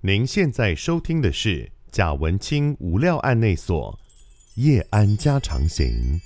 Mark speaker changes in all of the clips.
Speaker 1: 您现在收听的是贾文清无料案内所夜安家常行。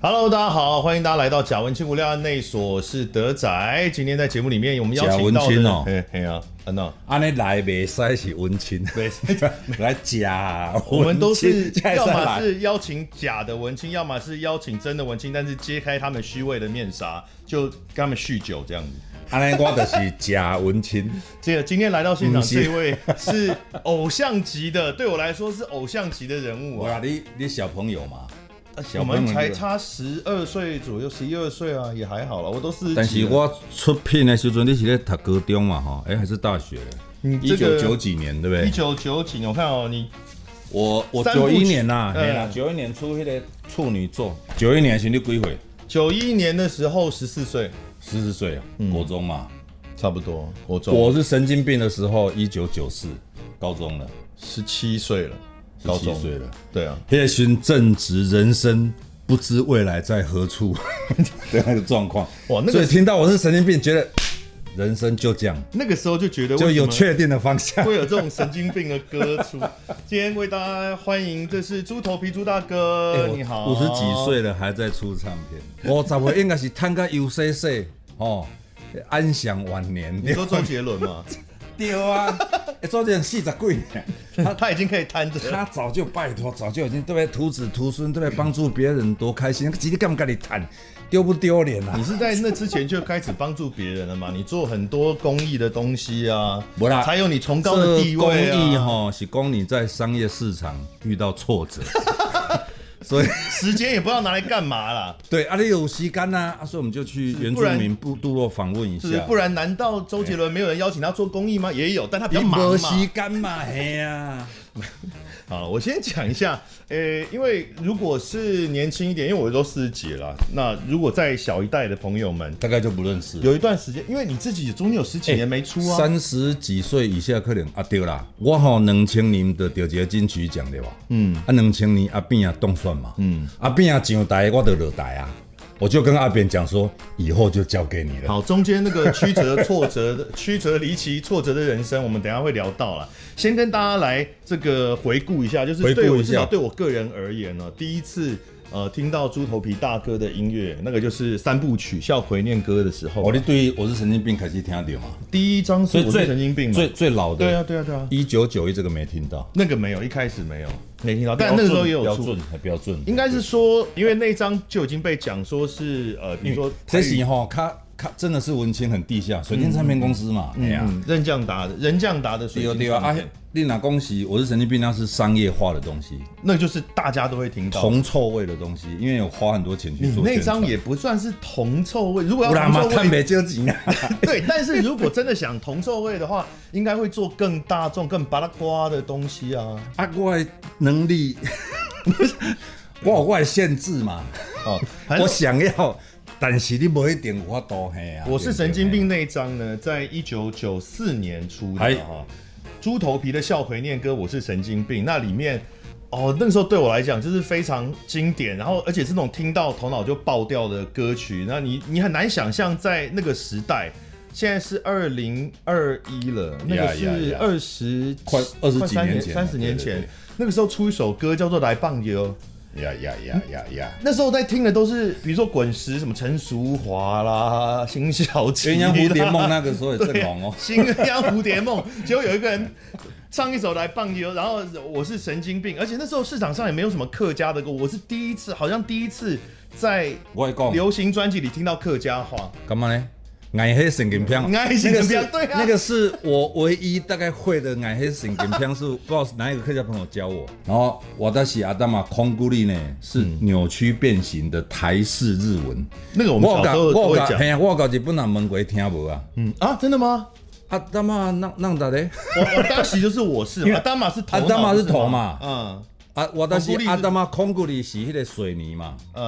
Speaker 1: Hello，大家好，欢迎大家来到贾文清无料案内所，我是德仔。今天在节目里面，我们邀请到
Speaker 2: 贾文清
Speaker 1: 的
Speaker 2: 哦，
Speaker 1: 哎哎呀，安娜，
Speaker 2: 安尼来袂使是温馨，
Speaker 1: 对，
Speaker 2: 来假。
Speaker 1: 我们都 是要么
Speaker 2: 来
Speaker 1: 是邀请假的文青，要么是邀请真的文青，但是揭开他们虚伪的面纱，就跟他们酗酒这样子。
Speaker 2: 安尼，我就是假 温馨。
Speaker 1: 这个今天来到现场
Speaker 2: 不嗯是
Speaker 1: 这一位是偶像级的，对我来说是偶像级的人物
Speaker 2: 哇，
Speaker 1: 啊！
Speaker 2: 你你小朋友嘛，
Speaker 1: 我
Speaker 2: 小朋友
Speaker 1: 们才差十二岁左右，十一二岁啊，也还好了。我都四十几了，
Speaker 2: 但是我出品的时阵，你是咧读高中嘛吼？哎、还是大学？
Speaker 1: 这个
Speaker 2: 一九九几年对不
Speaker 1: 一
Speaker 2: 对？
Speaker 1: 九九几年，我看哦，你
Speaker 2: 我我
Speaker 1: 三部
Speaker 2: 九
Speaker 1: 曲
Speaker 2: 一年啦，
Speaker 1: 嗯
Speaker 2: 嘿啦，九一年出迄个处女座，九一年是你几岁？
Speaker 1: 九一年的时候十四岁，
Speaker 2: 十四岁啊，国中嘛。
Speaker 1: 差不多，我嗯中
Speaker 2: 我是神经病的时候，一九九四，高中了，
Speaker 1: 十七岁了，高
Speaker 2: 高中
Speaker 1: 中
Speaker 2: 岁，了。
Speaker 1: 对啊，
Speaker 2: 叶勋正值人生不知未来在何处 的那个状况，
Speaker 1: 哇那个
Speaker 2: 所以听到我是神经病，觉得人生就这样，
Speaker 1: 那个时候就觉得
Speaker 2: 就
Speaker 1: 为什
Speaker 2: 有
Speaker 1: 么
Speaker 2: 确定的方向。
Speaker 1: 会有这种神经病的歌出。 今天为大家欢迎，这是猪头皮猪大哥，你好，
Speaker 2: 哎五十几，岁了还在出唱片， 哦我怎么应该是探个 U C C 哦，安享晚年。
Speaker 1: 你说周杰伦吗？
Speaker 2: 对 啊，欸周杰伦四十几年，
Speaker 1: 他他已经可以摊着了。
Speaker 2: 他早就拜托，早就已经对不对？徒子徒孙对不对？帮助别人多开心，今天干不跟你谈，丢不丢脸啊
Speaker 1: 你？是在那之前就开始帮助别人了嘛？你做很多公益的东西啊，
Speaker 2: 没啦
Speaker 1: 才有你崇高的地位
Speaker 2: 这公益
Speaker 1: 啊。
Speaker 2: 吼是供你在商业市场遇到 挫折，所以
Speaker 1: 时间也不知道拿来干嘛啦，
Speaker 2: 对啊，你有时间呐、啊，所以我们就去原住
Speaker 1: 不然
Speaker 2: 民部部落访问一
Speaker 1: 是不是
Speaker 2: 下。
Speaker 1: 不然难道周杰伦没有人邀请他做公益吗？也有，但他比
Speaker 2: 你
Speaker 1: 较忙
Speaker 2: 没
Speaker 1: 嘛。
Speaker 2: 时间嘛，嘿呀、
Speaker 1: 好，我先讲一下，呃、因为如果是年轻一点，因为我都四十几了啦，那如果在小一代的朋友们，
Speaker 2: 大概就不认识。
Speaker 1: 有一段时间，因为你自己中间有十几年没出啊，
Speaker 2: 哎三十几岁以下可能啊对啦，我吼两千年就得一个金曲奖对吧？嗯，啊两千年阿扁啊当选嘛，嗯，阿扁啊上台我就落台啊，我就跟阿扁讲说，以后就交给你了。
Speaker 1: 好，中间那个曲折、挫折 的、曲折离奇、挫折的人生，我们等一下会聊到啦。先跟大家来这个回顾一下，就是
Speaker 2: 回顾
Speaker 1: 对我
Speaker 2: 一
Speaker 1: 至少
Speaker 2: 下
Speaker 1: 对我个人而言呢、第一次呃听到猪头皮大哥的音乐，那个就是三部曲《笑奎念歌》的时候啊
Speaker 2: 哦我。你对于我是神经病开始听到嘛？
Speaker 1: 第一张是
Speaker 2: 所以
Speaker 1: 我是
Speaker 2: 最
Speaker 1: 神经病嘛？
Speaker 2: 最最老的，
Speaker 1: 对啊，对啊，对啊，
Speaker 2: 一九九一这个没听到，
Speaker 1: 那个没有，一开始没有，没听到，但那个时候也有
Speaker 2: 标
Speaker 1: 出
Speaker 2: 准，，还标准，
Speaker 1: 应该是说，因为那一张就已经被讲说是呃，比如说台
Speaker 2: 这
Speaker 1: 语
Speaker 2: 行哈，他他真的是文青很地下，水电唱片公司嘛，哎呀，
Speaker 1: 嗯任降达的任降达的水
Speaker 2: 对啊
Speaker 1: 晶
Speaker 2: 对啊，
Speaker 1: 唱
Speaker 2: 啊
Speaker 1: 片，
Speaker 2: 你哪恭喜，我是神经病，那是商业化的东西，
Speaker 1: 那就是大家都会听到的。
Speaker 2: 铜臭味的东西，因为有花很多钱去
Speaker 1: 你
Speaker 2: 做宣传。
Speaker 1: 嗯那张也不算是铜臭味，如果要
Speaker 2: 不然嘛，
Speaker 1: 铜臭
Speaker 2: 看
Speaker 1: 味，
Speaker 2: 没交集啊，
Speaker 1: 对，但是如果真的想铜臭味的话，应该会做更大众、更巴拉瓜的东西啊。
Speaker 2: 啊，我的能力， 我有我的限制嘛，
Speaker 1: 哦，
Speaker 2: 我想要，但是你不一定有法度嘿啊。
Speaker 1: 我是
Speaker 2: 对不对
Speaker 1: 神经，病那一张呢，在一九九四年出的
Speaker 2: 哎
Speaker 1: 哈，猪头皮的笑回念歌，我是神经病，那里面。哦，那个时候对我来讲就是非常经典，然后而且是那种听到头脑就爆掉的歌曲，那你你很难想象在那个时代，现在是二零二一了，那个
Speaker 2: Yeah, yeah,
Speaker 1: 是
Speaker 2: yeah.
Speaker 1: 二十
Speaker 2: 快20
Speaker 1: 快
Speaker 2: 几
Speaker 1: 三
Speaker 2: 年前
Speaker 1: 三十年
Speaker 2: 对对
Speaker 1: 前
Speaker 2: 对，
Speaker 1: 那个时候出一首歌叫做《来棒球》，
Speaker 2: 呀呀呀呀呀。
Speaker 1: 那时候在听的都是，比如说滚石什么陈淑华啦、辛晓琪啦、
Speaker 2: 鸳鸯蝴蝶 梦那个时候也正
Speaker 1: 对，
Speaker 2: 红哦
Speaker 1: 新疆蝴蝶梦，结果有一个人唱一首来棒球，然后我是神经病，而且那时候市场上也没有什么客家的歌，我是第一次，好像第一次在
Speaker 2: 我跟你讲，
Speaker 1: 流行专辑里听到客家话。
Speaker 2: 干嘛呢？矮黑神经片，
Speaker 1: 矮黑神经片
Speaker 2: 那个是
Speaker 1: 对啊
Speaker 2: 那个是我唯一大概会的矮黑神经片，是不 知道是哪一个客家朋友教我。然后我的是阿达玛空古力呢，是
Speaker 1: 嗯
Speaker 2: 扭曲变形的台式日文。
Speaker 1: 那个我们小时候都会
Speaker 2: 我
Speaker 1: 讲
Speaker 2: 嘿呀，我搞日本人问过听无啊？
Speaker 1: 嗯啊，真的吗？
Speaker 2: 阿达玛那那达嘞？
Speaker 1: 我我当时就是我是嘛，阿达玛是头脑，
Speaker 2: 阿达玛是头
Speaker 1: 嘛
Speaker 2: 啊嘛，
Speaker 1: 嗯
Speaker 2: 啊，我的是
Speaker 1: 空古力是
Speaker 2: 阿达玛空古力是迄个水泥嘛。
Speaker 1: 嗯，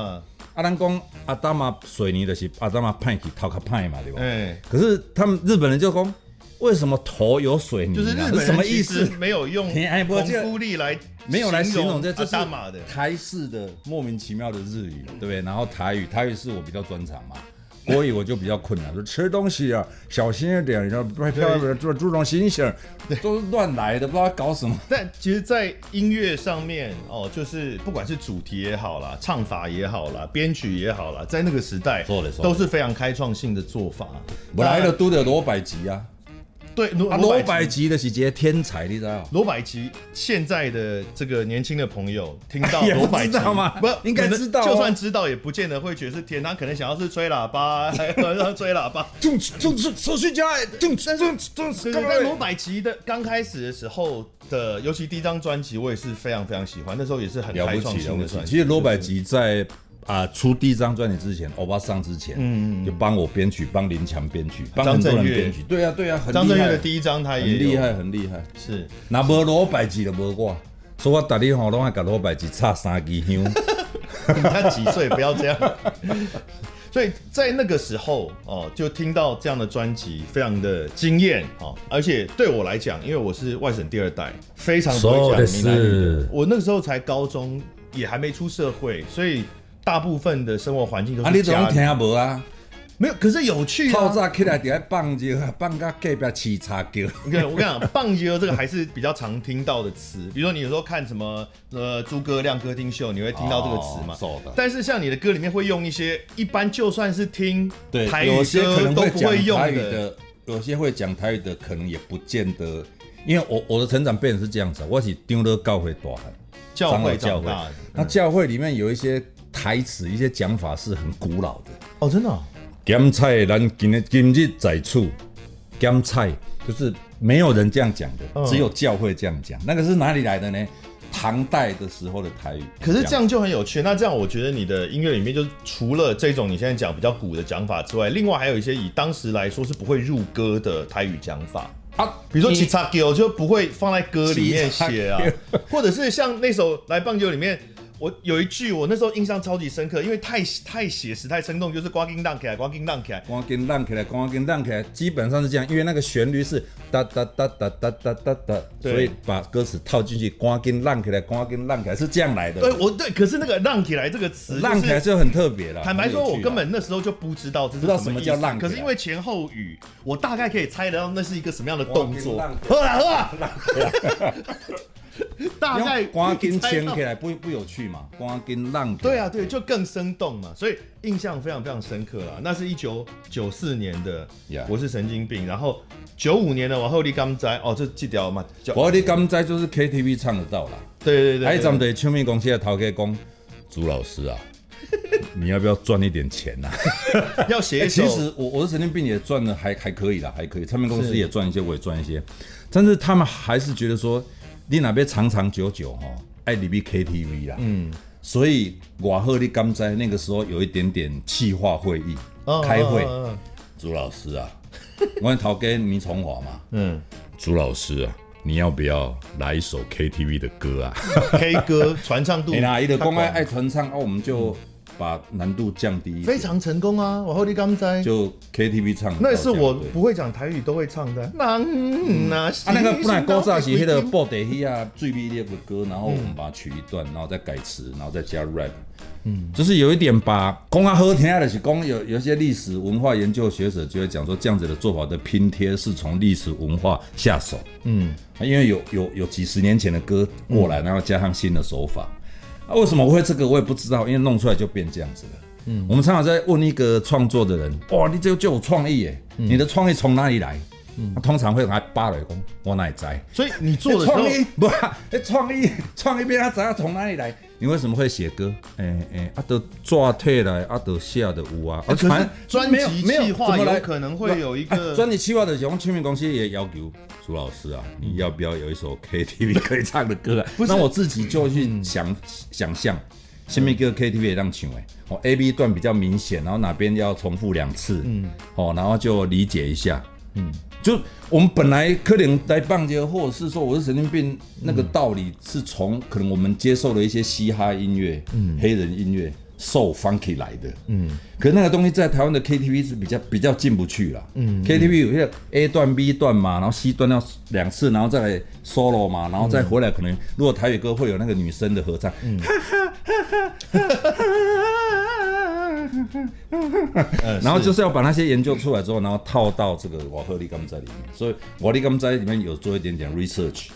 Speaker 2: 啊，咱讲阿达玛水泥就是阿达玛派去头壳派嘛，对吧？
Speaker 1: 哎，
Speaker 2: 可是他们日本人就讲，为什么头有水泥、啊？
Speaker 1: 就是日本
Speaker 2: 这
Speaker 1: 人
Speaker 2: 什么意
Speaker 1: 其
Speaker 2: 思
Speaker 1: 实？没有用
Speaker 2: 平安波这个
Speaker 1: 红孤立来
Speaker 2: 没有来形容这，这
Speaker 1: 阿
Speaker 2: 是
Speaker 1: 大马的，
Speaker 2: 台式的莫名其妙的日语，对不对？然后台语，台语是我比较专长嘛，国语我就比较困难，说吃东西啊，小心一点，然后不要不要不要注注重形象，都是乱来的，不知道 搞什么。
Speaker 1: 但其实，在音乐上面哦，就是不管是主题也好啦，唱法也好啦，编曲也好啦，在那个时代
Speaker 2: そうです
Speaker 1: 都是非常开创性的做法。
Speaker 2: 本来
Speaker 1: 那
Speaker 2: 就拄着罗百吉啊，
Speaker 1: 对罗
Speaker 2: 啊，罗
Speaker 1: 罗百
Speaker 2: 百
Speaker 1: 吉
Speaker 2: 吉的是一个天才，你知 道吗？
Speaker 1: 罗百吉，现在的这个年轻的朋友听到
Speaker 2: 也不
Speaker 1: 罗百吉
Speaker 2: 哎知道吗
Speaker 1: 不，
Speaker 2: 应该
Speaker 1: 可能
Speaker 2: 知道啊
Speaker 1: 就算知道，也不见得会觉得是天。他可能想要是吹喇叭， 还要吹喇叭。
Speaker 2: 动动手手续家，
Speaker 1: 哎
Speaker 2: 动动动
Speaker 1: 对对，但罗百吉的刚开始的时候的，尤其第一张专辑，我也是非常非常喜欢。那时候也是很
Speaker 2: 了
Speaker 1: 开
Speaker 2: 不
Speaker 1: 创
Speaker 2: 起了
Speaker 1: 性
Speaker 2: 不
Speaker 1: 的
Speaker 2: 起
Speaker 1: 专！辑。
Speaker 2: 其实罗百吉在啊出第一张专辑之前，欧巴桑之前，嗯，就帮我编曲，帮林强编曲，帮很多人编曲。对啊对啊，很
Speaker 1: 张震
Speaker 2: 厉
Speaker 1: 岳
Speaker 2: 害
Speaker 1: 的第一张他也
Speaker 2: 很厉
Speaker 1: 有，
Speaker 2: 害很厉害。
Speaker 1: 是
Speaker 2: 那无罗百吉就无我，所以我逐日吼拢爱啊甲罗百吉插三支 香。
Speaker 1: 他几岁？不要这样。 所以在那个时候哦，就听到这样的专辑，非常的惊艳哦。而且对我来讲，因为我是外省第二代，非常不会讲闽南语
Speaker 2: そうで
Speaker 1: 的
Speaker 2: す。
Speaker 1: 我那时候才高中，也还没出社会，所以大部分的生活环境都
Speaker 2: 啊，你
Speaker 1: 是
Speaker 2: 总
Speaker 1: 家里。
Speaker 2: 听无啊？
Speaker 1: 没有，可是有趣
Speaker 2: 透
Speaker 1: 啊！
Speaker 2: 早起来就爱放尿啊，放到隔壁起叉叫。
Speaker 1: 我跟你我跟你讲，棒球这个还是比较常听到的词，比如说你有时候看什么呃诸葛亮歌厅秀，你会听到这个词嘛？
Speaker 2: 哦是的
Speaker 1: 但是像你的歌里面会用一些，一般就算是听
Speaker 2: 对，
Speaker 1: 台语
Speaker 2: 有些可
Speaker 1: 歌
Speaker 2: 能
Speaker 1: 都
Speaker 2: 会
Speaker 1: 不会
Speaker 2: 讲
Speaker 1: 用
Speaker 2: 台语的，有些会讲台语的，可能也不见得，因为我我的成长背景是这样子啊，我是丢了教会大汉，
Speaker 1: 教
Speaker 2: 长
Speaker 1: 会
Speaker 2: 老教
Speaker 1: 长
Speaker 2: 会嗯
Speaker 1: 大的，
Speaker 2: 那教会里面有一些台词、一些讲法是很古老的。
Speaker 1: 哦，真的哦、
Speaker 2: 咸菜，咱今日今日在处，咸菜就是没有人这样讲
Speaker 1: 嗯
Speaker 2: 的，只有教会这样讲。那个是哪里来的呢？唐代的时候的台语。
Speaker 1: 可是这样就很有趣。那这样，我觉得你的音乐里面，就除了这种你现在讲比较古的讲法之外，另外还有一些以当时来说是不会入歌的台语讲法。
Speaker 2: 啊，
Speaker 1: 比如说
Speaker 2: 你
Speaker 1: 七叉 Q 就不会放在歌里面写啊
Speaker 2: 七叉，
Speaker 1: 或者是像那首《来棒球》里面，我有一句我那时候印象超级深刻，因为太太写实、太生动，就是刮金浪起来，刮金浪起来。
Speaker 2: 光跟浪起来，光跟浪起来，基本上是这样，因为那个旋律是哒哒哒哒哒哒哒哒，
Speaker 1: 对
Speaker 2: 所以把歌词套进去，光跟浪起来，光跟浪起来是这样来的。
Speaker 1: 对，我对，可是那个“浪起来”这个词，
Speaker 2: 浪起来。就很特别了。
Speaker 1: 坦白说，
Speaker 2: 很有
Speaker 1: 我
Speaker 2: 趣啦
Speaker 1: 根本那时候就不知道这是
Speaker 2: 不知道
Speaker 1: 什么
Speaker 2: 什么叫
Speaker 1: 意思
Speaker 2: 浪起
Speaker 1: 可
Speaker 2: 来
Speaker 1: 是因为前后语，我大概可以猜得到那是一个什么样的动 作
Speaker 2: 刮筋浪。起
Speaker 1: 喝啦喝啦， 大概
Speaker 2: 啊用 光跟
Speaker 1: 猜啊到
Speaker 2: 牵起来不不有趣嘛？光跟浪起来
Speaker 1: 对啊，对，就更生动嘛，所以印象非常非常深刻啦。那是一九九四年的
Speaker 2: Yeah
Speaker 1: 我是神经病》，然后九五年的《往后立刚哉》，哦，这记掉嘛，叫
Speaker 2: 我你敢知就是 KTV 唱得到啦。
Speaker 1: 对对对对，
Speaker 2: 还有咱们的唱片公司的头家讲，朱老师啊， 你要不要赚一点钱 呐、啊？
Speaker 1: 要写
Speaker 2: 欸
Speaker 1: 一首，
Speaker 2: 其实我我的神经病也赚的还还可以啦，还可以，唱片公司
Speaker 1: 是
Speaker 2: 也赚一些，我也赚一些，但是他们还是觉得说，你哪边长长久久哈、哦，爱你比 KTV 啦，嗯，所以瓦赫利甘在那个时候有一点点气化会议、
Speaker 1: 嗯
Speaker 2: 开会，
Speaker 1: 嗯嗯
Speaker 2: 朱老师啊， 我问陶跟倪崇华嘛，
Speaker 1: 嗯
Speaker 2: 朱老师啊，你要不要来一首 KTV 的 歌啊？哎
Speaker 1: 嗯 K 歌传 唱度，
Speaker 2: 你啦，伊的公爱
Speaker 1: 他
Speaker 2: 爱传唱啊，我们就把难度降低一
Speaker 1: 非
Speaker 2: 点，
Speaker 1: 常成功啊，《往后立刚哉》
Speaker 2: 就 KTV 唱得到这
Speaker 1: 那
Speaker 2: 样。
Speaker 1: 是我
Speaker 2: 对
Speaker 1: 不会讲台语都会唱的，那那
Speaker 2: 啊， 那个不然高炸是迄个布袋戏啊最美丽的歌，然后我们把它取一段，然后再改词，然后再加 rap。嗯，就是有一点把公啊喝天的是公有有一些历史文化研究学者就会讲说，这样子的做法的拼贴是从历史文化下手。嗯，因为有有有几十年前的歌过来，然后加上新的手法。啊，为什么我会这个我也不知道，因为弄出来就变这样子了。嗯，我们常常在问一个创作的人，哇，你这个就有创意耶，你的创意从哪里来？他通常会拿扒了公，我哪里摘？
Speaker 1: 所以你做的时候
Speaker 2: 创，意 不啊？哎，创意创意，别他知道从哪里来？你为什么会写歌？哎、哎、啊，都抓退来，啊，都下的舞啊，啊，
Speaker 1: 哎可是
Speaker 2: 反正
Speaker 1: 专
Speaker 2: 没有
Speaker 1: 辑
Speaker 2: 没有
Speaker 1: 企划
Speaker 2: 怎么来
Speaker 1: 有可能会有一个
Speaker 2: 哎专辑企划的时候，唱片公司也要求苏老师啊，你要不要有一首 KTV 可以唱的歌啊？
Speaker 1: 嗯是嗯
Speaker 2: 那我自己就去想、想象。下面一个 KTV 也让请哎，哦 A B 段比较明显，然后哪边要重复两次，嗯，哦，然后就理解一下，嗯就我们本来可能来棒球，或者是说我是神经病，那个道理是从可能我们接受了一些嘻哈音乐、黑人音乐，受 funky 来的，嗯，可那个东西在台湾的 KTV 是比较比较进不去啦，嗯，KTV 有些 A 段 B 段嘛，然后 C 段要两次，然后再来 solo 嘛，然后再回来可能如果台语歌会有那个女生的合唱，
Speaker 1: 呃
Speaker 2: 然后就是是要把那些研究出来之后，然后套到这个瓦赫利甘在里面，所以瓦赫利甘在里面有做一点点 research，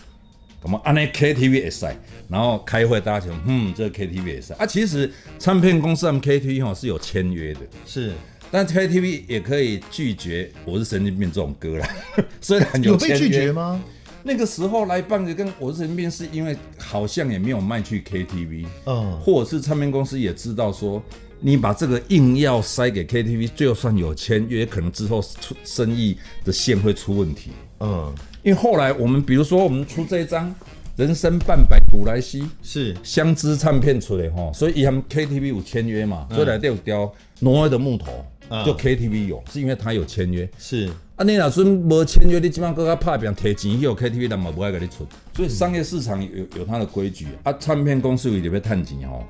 Speaker 2: 那么按那 KTV 也塞，然后开会大家想，嗯，这个 KTV 也塞啊，其实唱片公司他们 KTV 哈是有签约的，
Speaker 1: 是
Speaker 2: 但 KTV 也可以拒绝“我是神经病”这种歌啦， 虽然
Speaker 1: 有
Speaker 2: 签
Speaker 1: 被拒
Speaker 2: 约
Speaker 1: 绝吗？
Speaker 2: 那个时候来办的跟我是神经病，是因为好像也没有卖去 KTV，
Speaker 1: 嗯
Speaker 2: 或者是唱片公司也知道说，你把这个硬要塞给 KTV，就算有签约，可能之后出生意的线会出问题。
Speaker 1: 嗯，
Speaker 2: 因为后来我们比如说我们出这一张《人生半百古来稀》，
Speaker 1: 是
Speaker 2: 相知唱片出来吼，所以他们 KTV 有签约嘛，所以来有雕挪威的木头
Speaker 1: 嗯，
Speaker 2: 就 KTV 有，是因为他有签约。
Speaker 1: 是
Speaker 2: 啊，你若准无签约，你即摆搁较拍拼提钱，迄个 KTV 人嘛无爱甲你出。所以商业市场有有它的规矩啊，唱片公司为了要趁钱吼，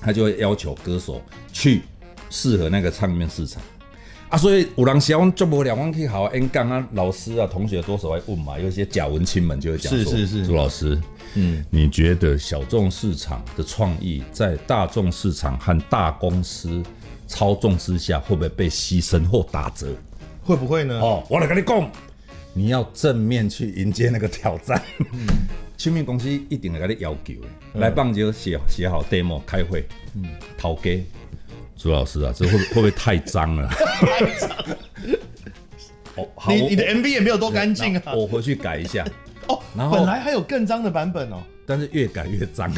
Speaker 2: 他就会要求歌手去适合那个唱片市场。啊，所以有人喜欢做不了，我们去好好演讲啊，老师啊，同学多少会问嘛，有一些假文青们就会讲说，
Speaker 1: 是是是
Speaker 2: 朱老师，
Speaker 1: 嗯，
Speaker 2: 你觉得小众市场的创意在大众市场和大公司操纵之下，会不会被牺牲或打折？
Speaker 1: 会不会呢？
Speaker 2: 哦，我来跟你讲，你要正面去迎接那个挑战。 嗯唱片公司一定会给你要求的，来棒球写写好 demo 开会，嗯，讨给朱老师啊， 这会不会会不会太脏了？ 哦，好，
Speaker 1: 你
Speaker 2: 我
Speaker 1: 你的 MV 也没有多干净啊！
Speaker 2: 我回去改一下，
Speaker 1: 哦，
Speaker 2: 然后
Speaker 1: 本来还有更脏的版本哦，
Speaker 2: 但是越改越 脏。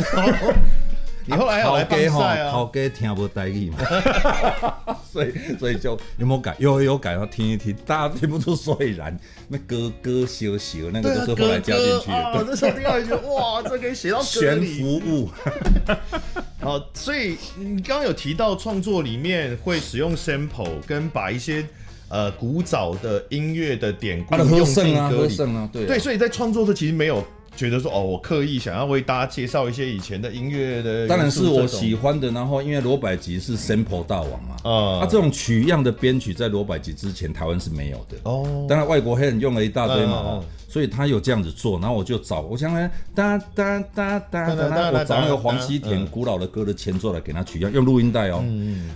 Speaker 1: 你后来还有来帮赛
Speaker 2: 头
Speaker 1: 啊？
Speaker 2: 家听不代意嘛， 所以所以就有没有改？有有改，要听一听，大家听不出所以然。那歌歌修修那个
Speaker 1: 对
Speaker 2: 都
Speaker 1: 啊，哥
Speaker 2: 是后
Speaker 1: 哥
Speaker 2: 来加进去的，
Speaker 1: 啊，那时候听到就觉得哇，这可以写到歌
Speaker 2: 悬
Speaker 1: 里。
Speaker 2: 浮物。
Speaker 1: 好，所以你刚刚有提到创作里面会使用 sample 跟把一些呃古早的音乐的典故
Speaker 2: 他的
Speaker 1: 用
Speaker 2: 喝剩
Speaker 1: 进
Speaker 2: 啊，
Speaker 1: 歌
Speaker 2: 喝
Speaker 1: 里。
Speaker 2: 剩啊，对啊
Speaker 1: 对，所以在创作的时候其实没有觉得说哦，我刻意想要为大家介绍一些以前的音乐的元素这种，
Speaker 2: 当然是我喜欢的。然后因为罗百吉是 sample 大王嘛，
Speaker 1: 嗯
Speaker 2: 啊，这种取样的编曲在罗百吉之前台湾是没有的。
Speaker 1: 哦，
Speaker 2: 当然外国黑人用了一大堆嘛，
Speaker 1: 嗯嗯嗯
Speaker 2: 哦所以他有这样子做，然后我就找，我想来哒哒哒哒哒哒，我找那个黄西
Speaker 1: 嗯
Speaker 2: 田古老的歌的前奏来给他取样，用录音带哦。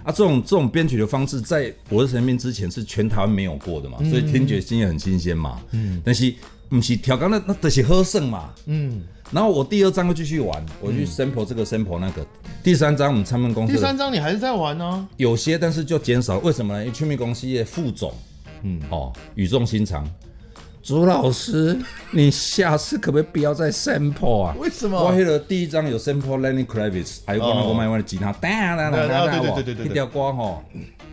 Speaker 2: 啊，这种这种编曲的方式，在《我的神命》之前是全台湾没有过
Speaker 1: 嗯
Speaker 2: 的嘛，所以听觉新也很新鲜嘛。但是不是调岗那那都是喝剩嘛。
Speaker 1: 嗯，
Speaker 2: 然后我第二章会继续玩，我去 sample 这个 sample 那个。第三章我们唱片公司
Speaker 1: 第
Speaker 2: 的
Speaker 1: 三章你还是在玩呢、
Speaker 2: 有些，但是就减少了。为什么呢？因为唱片公司业副总，嗯，哦，语重心长。朱老师，你下次可不可以不要再 sample 啊？
Speaker 1: 为什么
Speaker 2: 我黑了第一张有 sample Lenny Kravitz，还有那个
Speaker 1: 哦
Speaker 2: 卖完的吉他，哒啦啦啦
Speaker 1: 对
Speaker 2: 啦，
Speaker 1: 对对
Speaker 2: 哇
Speaker 1: 对对对
Speaker 2: 那条歌吼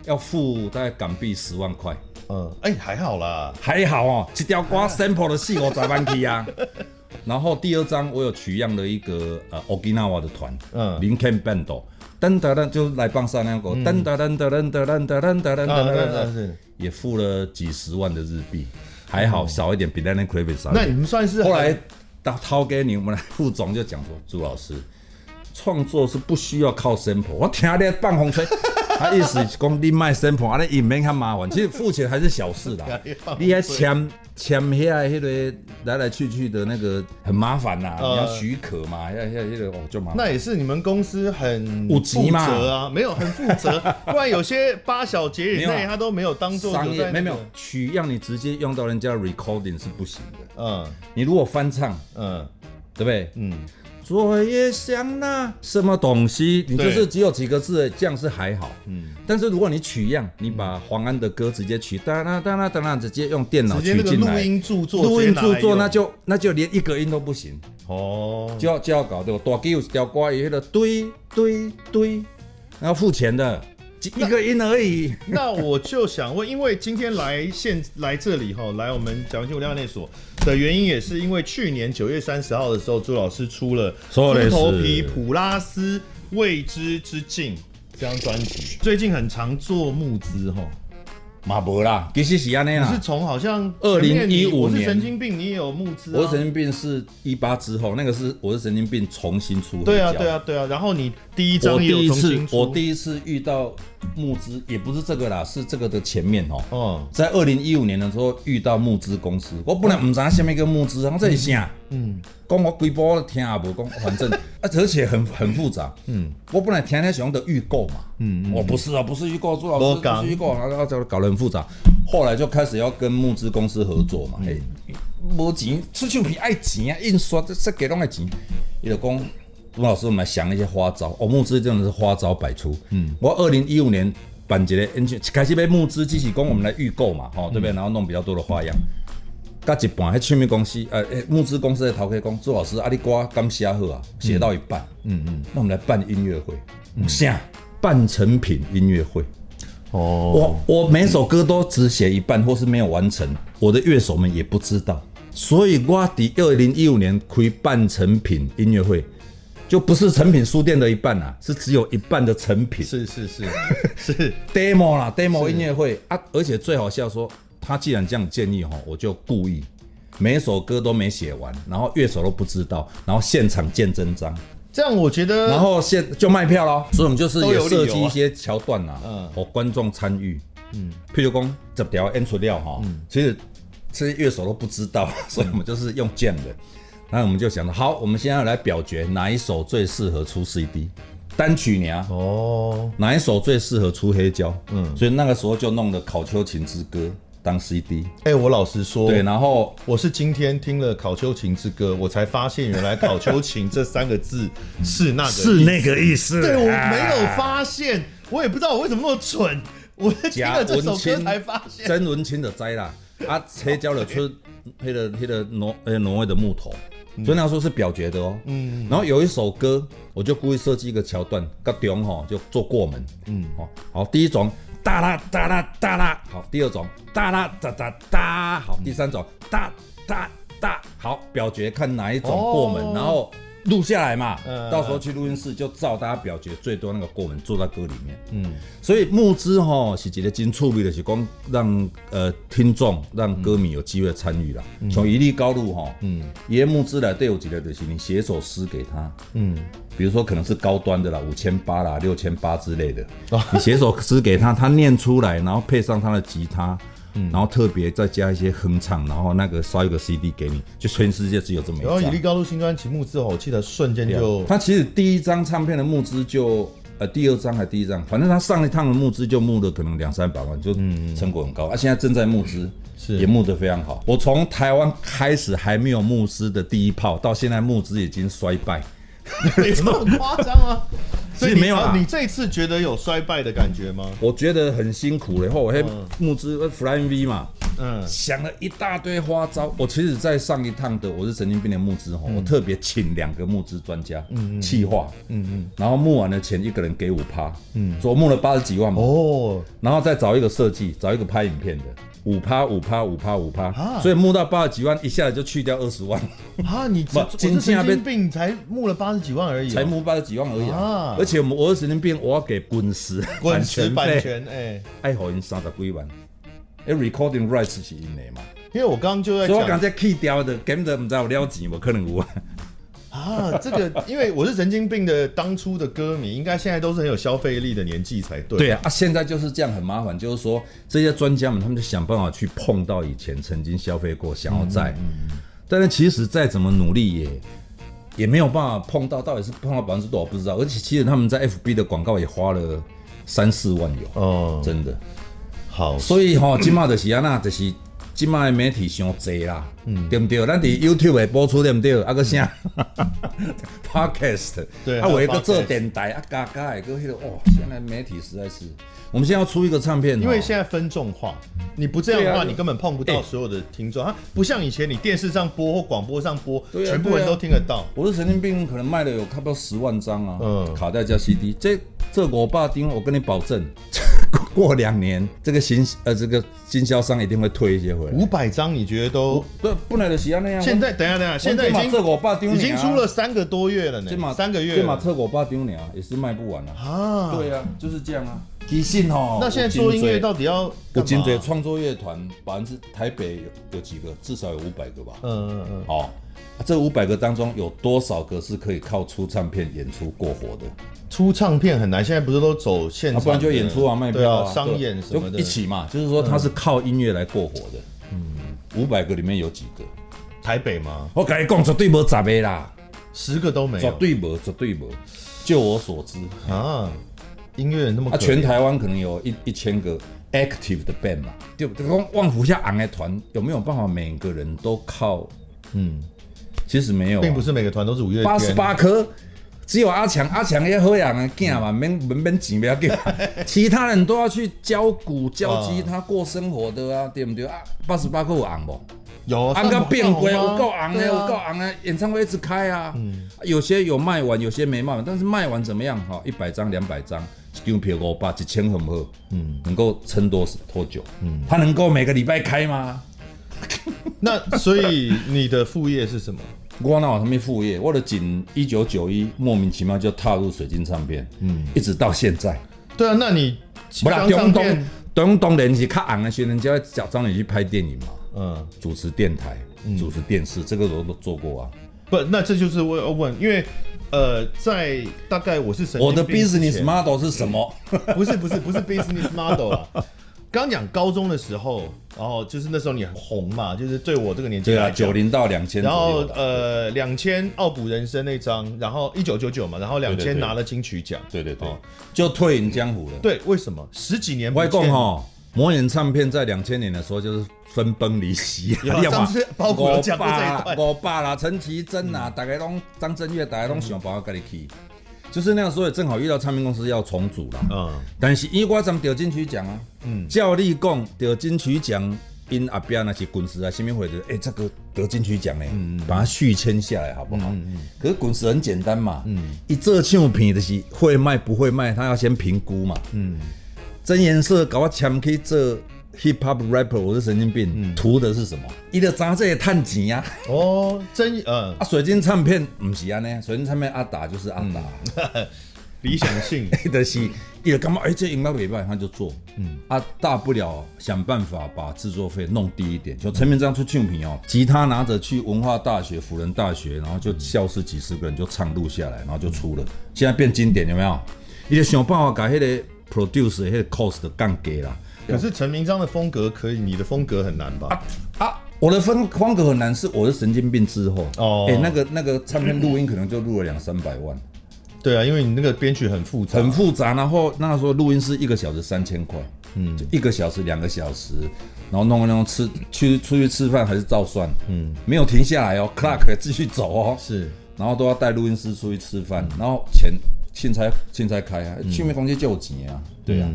Speaker 2: 要付大概港币十万块，
Speaker 1: 嗯，哎、还好啦，
Speaker 2: 还好哦，这条歌 sample 的四五十万去啊。 然后第二张我有取样了一个呃 Okinawa 的团，
Speaker 1: 嗯嗯
Speaker 2: 嗯，林 Can Band，噔噔噔就是来棒上那个噔噔噔噔噔噔噔噔噔噔噔
Speaker 1: 啊那那
Speaker 2: 噔
Speaker 1: 是哦
Speaker 2: 噔，也付了几十万的日币，还好少一点，比 Lenny Kravitz 少一
Speaker 1: 那
Speaker 2: 点。
Speaker 1: 你们算是，
Speaker 2: 后来到掏给你，我们的副总就讲说，朱老师，创作是不需要靠 sample。我听你在放风吹，他意思是讲你卖 sample，啊，你也免看麻烦。其实付钱还是小事啦 你还签签遐迄个来来去去的那个很麻烦啦，
Speaker 1: 呃
Speaker 2: 你要许可嘛，要要那个哦就麻烦。
Speaker 1: 那也是你们公司很
Speaker 2: 有
Speaker 1: 负
Speaker 2: 急嘛
Speaker 1: 责啊，没有很负 责，不然有些八小节以
Speaker 2: 没
Speaker 1: 内
Speaker 2: 有啊
Speaker 1: 他都没有当做
Speaker 2: 商
Speaker 1: 有
Speaker 2: 业
Speaker 1: 在
Speaker 2: 没
Speaker 1: 那
Speaker 2: 有
Speaker 1: 个
Speaker 2: 没有取样，你直接用到人家 recording 是不行的。
Speaker 1: 嗯
Speaker 2: 你如果翻唱，
Speaker 1: 嗯
Speaker 2: 对不对？
Speaker 1: 嗯，
Speaker 2: 昨夜想那什么东西，你
Speaker 1: 对
Speaker 2: 就是只有几个字，这样是还好。嗯，但是如果你取样，你
Speaker 1: 嗯
Speaker 2: 把黄安的歌直接取，哒啦哒啦哒啦，直接用电脑
Speaker 1: 直接
Speaker 2: 取
Speaker 1: 那个
Speaker 2: 进
Speaker 1: 录
Speaker 2: 来，
Speaker 1: 音著作，
Speaker 2: 录音著作，那
Speaker 1: 那
Speaker 2: 就那就连一个音都不行，
Speaker 1: 哦，
Speaker 2: 就要就要搞对吧？大吉有一条歌，有那个堆堆堆，然后付钱的，几一个音而已。
Speaker 1: 那我就想问，因为今天来现来这里哈，来我们蒋文清无量内所的原因，也是因为去年九月三十号的时候，朱老师出了
Speaker 2: そ
Speaker 1: 《
Speaker 2: うで
Speaker 1: 猪
Speaker 2: す
Speaker 1: 头皮普拉斯未知之境》这张专辑，最近很常做募资哈。
Speaker 2: 嘛无啦，其实是安尼
Speaker 1: 你是
Speaker 2: 啦。
Speaker 1: 从好像
Speaker 2: 2015
Speaker 1: 前面你我是
Speaker 2: 年
Speaker 1: 神经病，你也有募资、啊，
Speaker 2: 我是神经病是一八之后，那个是我是神经病重新出黑
Speaker 1: 对啊
Speaker 2: 胶
Speaker 1: 对啊对啊。然后你第一
Speaker 2: 我
Speaker 1: 张也
Speaker 2: 第
Speaker 1: 有
Speaker 2: 一
Speaker 1: 重
Speaker 2: 次
Speaker 1: 新，出，
Speaker 2: 我第一次遇到募资，也不是这个啦，是这个的前面哦、
Speaker 1: 哦
Speaker 2: 在二零一五年的时候遇到募资公司，我本来唔知道什么叫募资，我这是啥？嗯，讲我规波听也无讲，反 正啊，而且很很复杂。嗯，我本来听天想的预购嘛，嗯，我不是啊，不是预购，朱老
Speaker 1: 没
Speaker 2: 师
Speaker 1: 讲
Speaker 2: 不是预购，然后搞得很复杂。后来就开始要跟募资公司合作嘛，嘿，无钱出手片爱钱啊，印刷这设计拢爱钱，伊就讲。朱老师，我们来想一些花招。哦，募资真的是花招百出。嗯，我二零一五年办一个 N 开始被募资，只是讲我们来预购嘛，吼、对不对？然后弄比较多的花样。甲一半，迄唱片公司，呃，诶募资公司的头家讲，朱老师，啊，你歌刚写好啊，写到一半，嗯嗯，那我们来办音乐会，啥、半成品音乐会。嗯
Speaker 1: 哦，
Speaker 2: 我我每首歌都只写一半，或是没有完成，我的乐手们也不知道，所以我伫二零一五年开半成品音乐会，就不是成品书店的一半啦、是只有一半的成品
Speaker 1: 是是 是是，
Speaker 2: demo 啦，demo 音乐会啊，而且最好笑说，他既然这样建议哈，我就故意每首歌都没写完，然后乐手都不知道，然后现场见真章。
Speaker 1: 这样我觉得，
Speaker 2: 然后现就卖票咯，嗯所以我们就是也设计一些桥段啦、
Speaker 1: 嗯
Speaker 2: 啊嗯，哦，观众参与，嗯，譬如讲这条 N 出料哈，其实这些乐手都不知道， 所以我们就是用这样的，那我们就想到，好，我们现在来表决哪一首最适合出 CD 单曲呢？
Speaker 1: 哦，
Speaker 2: 哪一首最适合出黑胶？嗯，所以那个时候就弄了《考秋琴之歌》当 CD，
Speaker 1: 哎、我老实说，
Speaker 2: 对，然后
Speaker 1: 我是今天听了《考秋琴之歌》，我才发现原来“考秋琴”这三个字 是那个意思，
Speaker 2: 那个意思，
Speaker 1: 对我没有发现，我也不知道我为什么那么蠢，我是听
Speaker 2: 贾
Speaker 1: 了这
Speaker 2: 文
Speaker 1: 首歌
Speaker 2: 清
Speaker 1: 才发现。
Speaker 2: 真文清的栽啦，啊，黑胶了出黑的黑的挪呃挪威的木头，
Speaker 1: 嗯
Speaker 2: 所以那时候是表决的哦。嗯，然后有一首歌，我就故意设计一个桥段，个中吼就做过门。嗯，好，好，第一种哒啦哒啦哒啦，好，第二种哒啦哒哒哒，好，第三种哒哒哒，好，表决看哪一种过
Speaker 1: 哦
Speaker 2: 门，然后。录下来嘛，
Speaker 1: 嗯
Speaker 2: 到时候去录音室就照大家表决最多那个过门做到歌里面。
Speaker 1: 嗯，
Speaker 2: 所以募资吼是一个真趣味，就是讲让呃听众、让歌迷有机会参与啦。从一粒高路吼，嗯，伊的募资来对有几个就是你写首诗给他，
Speaker 1: 嗯，
Speaker 2: 比如说可能是高端的啦，五千八啦、六千八之类的，你写首诗给他，他念出来，然后配上他的吉他。嗯、然后特别再加一些哼唱，然后那个烧一个 CD 给你，就全世界只有这么一
Speaker 1: 然后
Speaker 2: 张
Speaker 1: 以。力高路新专辑募资后，我记得瞬间就
Speaker 2: 他其实第一张唱片的募资就呃第二张还第一张，反正他上一趟的募资就募了可能两三百万，就成果很高。啊，现在正在募资，
Speaker 1: 是
Speaker 2: 也募得非常好。我从台湾开始还没有募资的第一炮，到现在募资已经衰败。
Speaker 1: 没 这么夸张 啊。所以你啊
Speaker 2: 没有啦
Speaker 1: 你这一次觉得有衰败的感觉吗？
Speaker 2: 我觉得很辛苦了，然后我还募资呃 Fly V 嘛，
Speaker 1: 嗯，
Speaker 2: 想了一大堆花招。我其实，在上一趟的我是神经病的募资哦吼，我特别请两个募资专家，嗯，企划，嗯嗯，然后募完的钱一个人给五趴，嗯，所以我募了八十几万嘛，
Speaker 1: 哦，
Speaker 2: 然后再找一个设计，找一个拍影片的，五趴五趴五趴五
Speaker 1: 啊
Speaker 2: 趴，所以募到八十几万，一下子就去掉 二十万，
Speaker 1: 啊，你这
Speaker 2: 不
Speaker 1: 我
Speaker 2: 真
Speaker 1: 这
Speaker 2: 正
Speaker 1: 神
Speaker 2: 要
Speaker 1: 经病才募了八十几万而已哦，
Speaker 2: 才募八十几万而已
Speaker 1: 啊
Speaker 2: 啊！而且我们我二十年变，我要给滚石
Speaker 1: 滚石版
Speaker 2: 费，
Speaker 1: 权哎。
Speaker 2: 爱好因三十几万，哎，recording rights 是因的嘛，
Speaker 1: 因为我刚刚就在
Speaker 2: 所以我
Speaker 1: 哎讲
Speaker 2: 刚才去掉的，根本唔知道有了钱，无可能有啊。
Speaker 1: 啊，这个因为我是神经病的当初的歌迷，应该现在都是很有消费力的年纪才对。
Speaker 2: 对啊，啊，现在就是这样很麻烦，就是说这些专家们他们就想办法去碰到以前曾经消费过，想要再，
Speaker 1: 嗯
Speaker 2: 但是其实再怎么努力也也没有办法碰到，到底是碰到百分之多少不知道，而且其实他们在 FB 的广告也花了三四万有，
Speaker 1: 哦，
Speaker 2: 真的，
Speaker 1: 好，
Speaker 2: 所以吼、今麦就是安那，就是今麦的媒体伤济啦，
Speaker 1: 嗯
Speaker 2: 对不对？咱伫 YouTube 的播出对不对？啊个啥 Podcast，
Speaker 1: 对
Speaker 2: 啊，
Speaker 1: 还有
Speaker 2: 我一个做
Speaker 1: podcast
Speaker 2: 电台啊，嘎嘎的个迄个，哇，现在媒体实在是，我们现在要出一个唱片哦，
Speaker 1: 因为现在分众化，你不这样的话，
Speaker 2: 对啊
Speaker 1: 你根本碰不到
Speaker 2: 哎
Speaker 1: 所有的听众。它不像以前你电视上播或广播上播，
Speaker 2: 对啊
Speaker 1: 全部人
Speaker 2: 对啊
Speaker 1: 都听得到。
Speaker 2: 我是神经病，可能卖了有差不多十万张啊，
Speaker 1: 嗯
Speaker 2: 卡带加 CD，这这我爸丁，我跟你保证， 过过两年这个行呃这个经销商一定会退一些回来，
Speaker 1: 五百张，你觉得都？
Speaker 2: 对，本来就是要啊那样。
Speaker 1: 嗯现在等一下等一下，现在已
Speaker 2: 这
Speaker 1: 经
Speaker 2: 我爸丢啊
Speaker 1: 已经出了三个多月了呢，三个月
Speaker 2: 这马
Speaker 1: 了
Speaker 2: 测我爸丢你啊，也是卖不完啊。
Speaker 1: 啊。哦
Speaker 2: 对啊，就是这样啊。其实吼，
Speaker 1: 那现在做音乐到底要
Speaker 2: 有
Speaker 1: 干
Speaker 2: 真
Speaker 1: 嘛啊
Speaker 2: 侪创作乐团，百分之台北有有几个，至少有五百个吧。
Speaker 1: 嗯嗯嗯，
Speaker 2: 哦，啊这五百个当中有多少个是可以靠出唱片演出过活的？
Speaker 1: 出唱片很难，现在不是都走现
Speaker 2: 啊，
Speaker 1: 场的，
Speaker 2: 不然就演出啊，卖
Speaker 1: 对
Speaker 2: 票
Speaker 1: 啊，商演什么的，嗯
Speaker 2: 就一起嘛。就是说他是靠音乐来过活的。嗯，五百个里面有几个？
Speaker 1: 台北吗？
Speaker 2: 我跟你讲，绝对无十个啦，
Speaker 1: 十个都没
Speaker 2: 绝
Speaker 1: 有
Speaker 2: 对无，绝对无。就我所知，
Speaker 1: 啊，音乐人那么
Speaker 2: 啊，
Speaker 1: 可怜
Speaker 2: 全台湾可能有一一千个 active 的 band 嘛，就就光旺福下昂的团有没有办法每个人都靠？
Speaker 1: 嗯，
Speaker 2: 其实没有、啊
Speaker 1: 并不是每个团都是五月天
Speaker 2: 八十八颗，只有阿强，阿强也好养啊，囝
Speaker 1: 嗯
Speaker 2: 嘛，免免免钱不要 紧，其他人都要去教鼓、教
Speaker 1: 啊
Speaker 2: 吉他过生活的啊，对不对啊？八十八颗有红不？
Speaker 1: 有啊
Speaker 2: 红到变
Speaker 1: 鬼
Speaker 2: 贵，有够红的，有够
Speaker 1: 啊，嗯
Speaker 2: 红的，演唱会一直开啊，有些有卖完，有些没卖完，但是卖完怎么样？哈，一百张、两百张。一张票五百，一千很好，嗯，能够撑多多久？嗯，他能够每个礼拜开吗？
Speaker 1: 那所以你的副业是什么？
Speaker 2: 我那有什么副业？我的仅一九九一莫名其妙就踏入水晶唱片，嗯，一直到现在。
Speaker 1: 对啊，那你
Speaker 2: 不啦，
Speaker 1: 张
Speaker 2: 中
Speaker 1: 唱
Speaker 2: 东
Speaker 1: 片，
Speaker 2: 中东人是较红的学生，就要找找你去拍电影嘛，
Speaker 1: 嗯，
Speaker 2: 主持电台、主持电视，这个我都做过啊。
Speaker 1: 不，嗯那这就是我要问，因为呃，在大概我是神经
Speaker 2: 我的
Speaker 1: 病之
Speaker 2: business
Speaker 1: 前
Speaker 2: model 是什么？
Speaker 1: 不是不是不是 business model 啊。刚讲高中的时候，然后就是那时候你很红嘛，就是对我这个年纪
Speaker 2: 对啊，
Speaker 1: 来讲
Speaker 2: 九。零到两千左
Speaker 1: 然后
Speaker 2: 右啦。哦
Speaker 1: 呃，两千傲补人生那张，然后一九九九嘛，然后两
Speaker 2: 对对
Speaker 1: 千
Speaker 2: 对
Speaker 1: 拿了金曲奖。
Speaker 2: 对对对
Speaker 1: 哦，
Speaker 2: 就退隐江湖了。
Speaker 1: 对，为什么十几年不
Speaker 2: 外公
Speaker 1: 见
Speaker 2: 哈，魔眼唱片在两千年的时候就是分崩离析，
Speaker 1: 有啊上次包括有讲过这一段嗯
Speaker 2: 我爸啦、陈绮贞啦，大概拢张震岳，大概拢想办法跟你去。就是那个时候也正好遇到唱片公司要重组啦，
Speaker 1: 嗯
Speaker 2: 但是因为我怎得金曲奖啊，嗯，照理讲得金曲奖，因阿边那些滚石啊、新民会的，哎、这个得金曲奖呢，把它续签下来好不好？可是滚石很简单嘛，嗯，一这唱片就是会卖不会卖，他要先评估嘛，嗯，真颜色搞我签去做 hip hop rapper，我是神经病，图的是什么？伊的杂志也探钱啊。
Speaker 1: 哦，真呃
Speaker 2: 啊，水晶唱片唔是安尼，水晶唱片阿达就是阿达，啊
Speaker 1: 理想 性
Speaker 2: 就是伊就感觉哎、这音乐袂歹，他就做，嗯啊，大不了想办法把制作费弄低一点。就陈明章出唱片哦，吉他拿着去文化大学、辅仁大学，然后就教室几十个人就唱录下来，然后就出了，现在变经典有没有？伊就想办法把迄个 produce 的迄个 cost 降低啦。
Speaker 1: 可是陈明章的风格可以，你的风格很难吧？
Speaker 2: 啊，我的风风格很难，是我的神经病之后
Speaker 1: 哦
Speaker 2: 哦，哎、那个那个唱片录音可能就录了两三百万。
Speaker 1: 对啊，因为你那个编曲很复杂，
Speaker 2: 很复杂。然后那时候录音是一个小时三千块，嗯，就一个小时、两个小时，然后弄一弄吃去出去吃饭还是照算，嗯，没有停下来哦，clock 继续走哦，
Speaker 1: 是
Speaker 2: 然后都要带录音师出去吃饭，然后钱现才现才开啊，去面公司就有钱啊，对啊，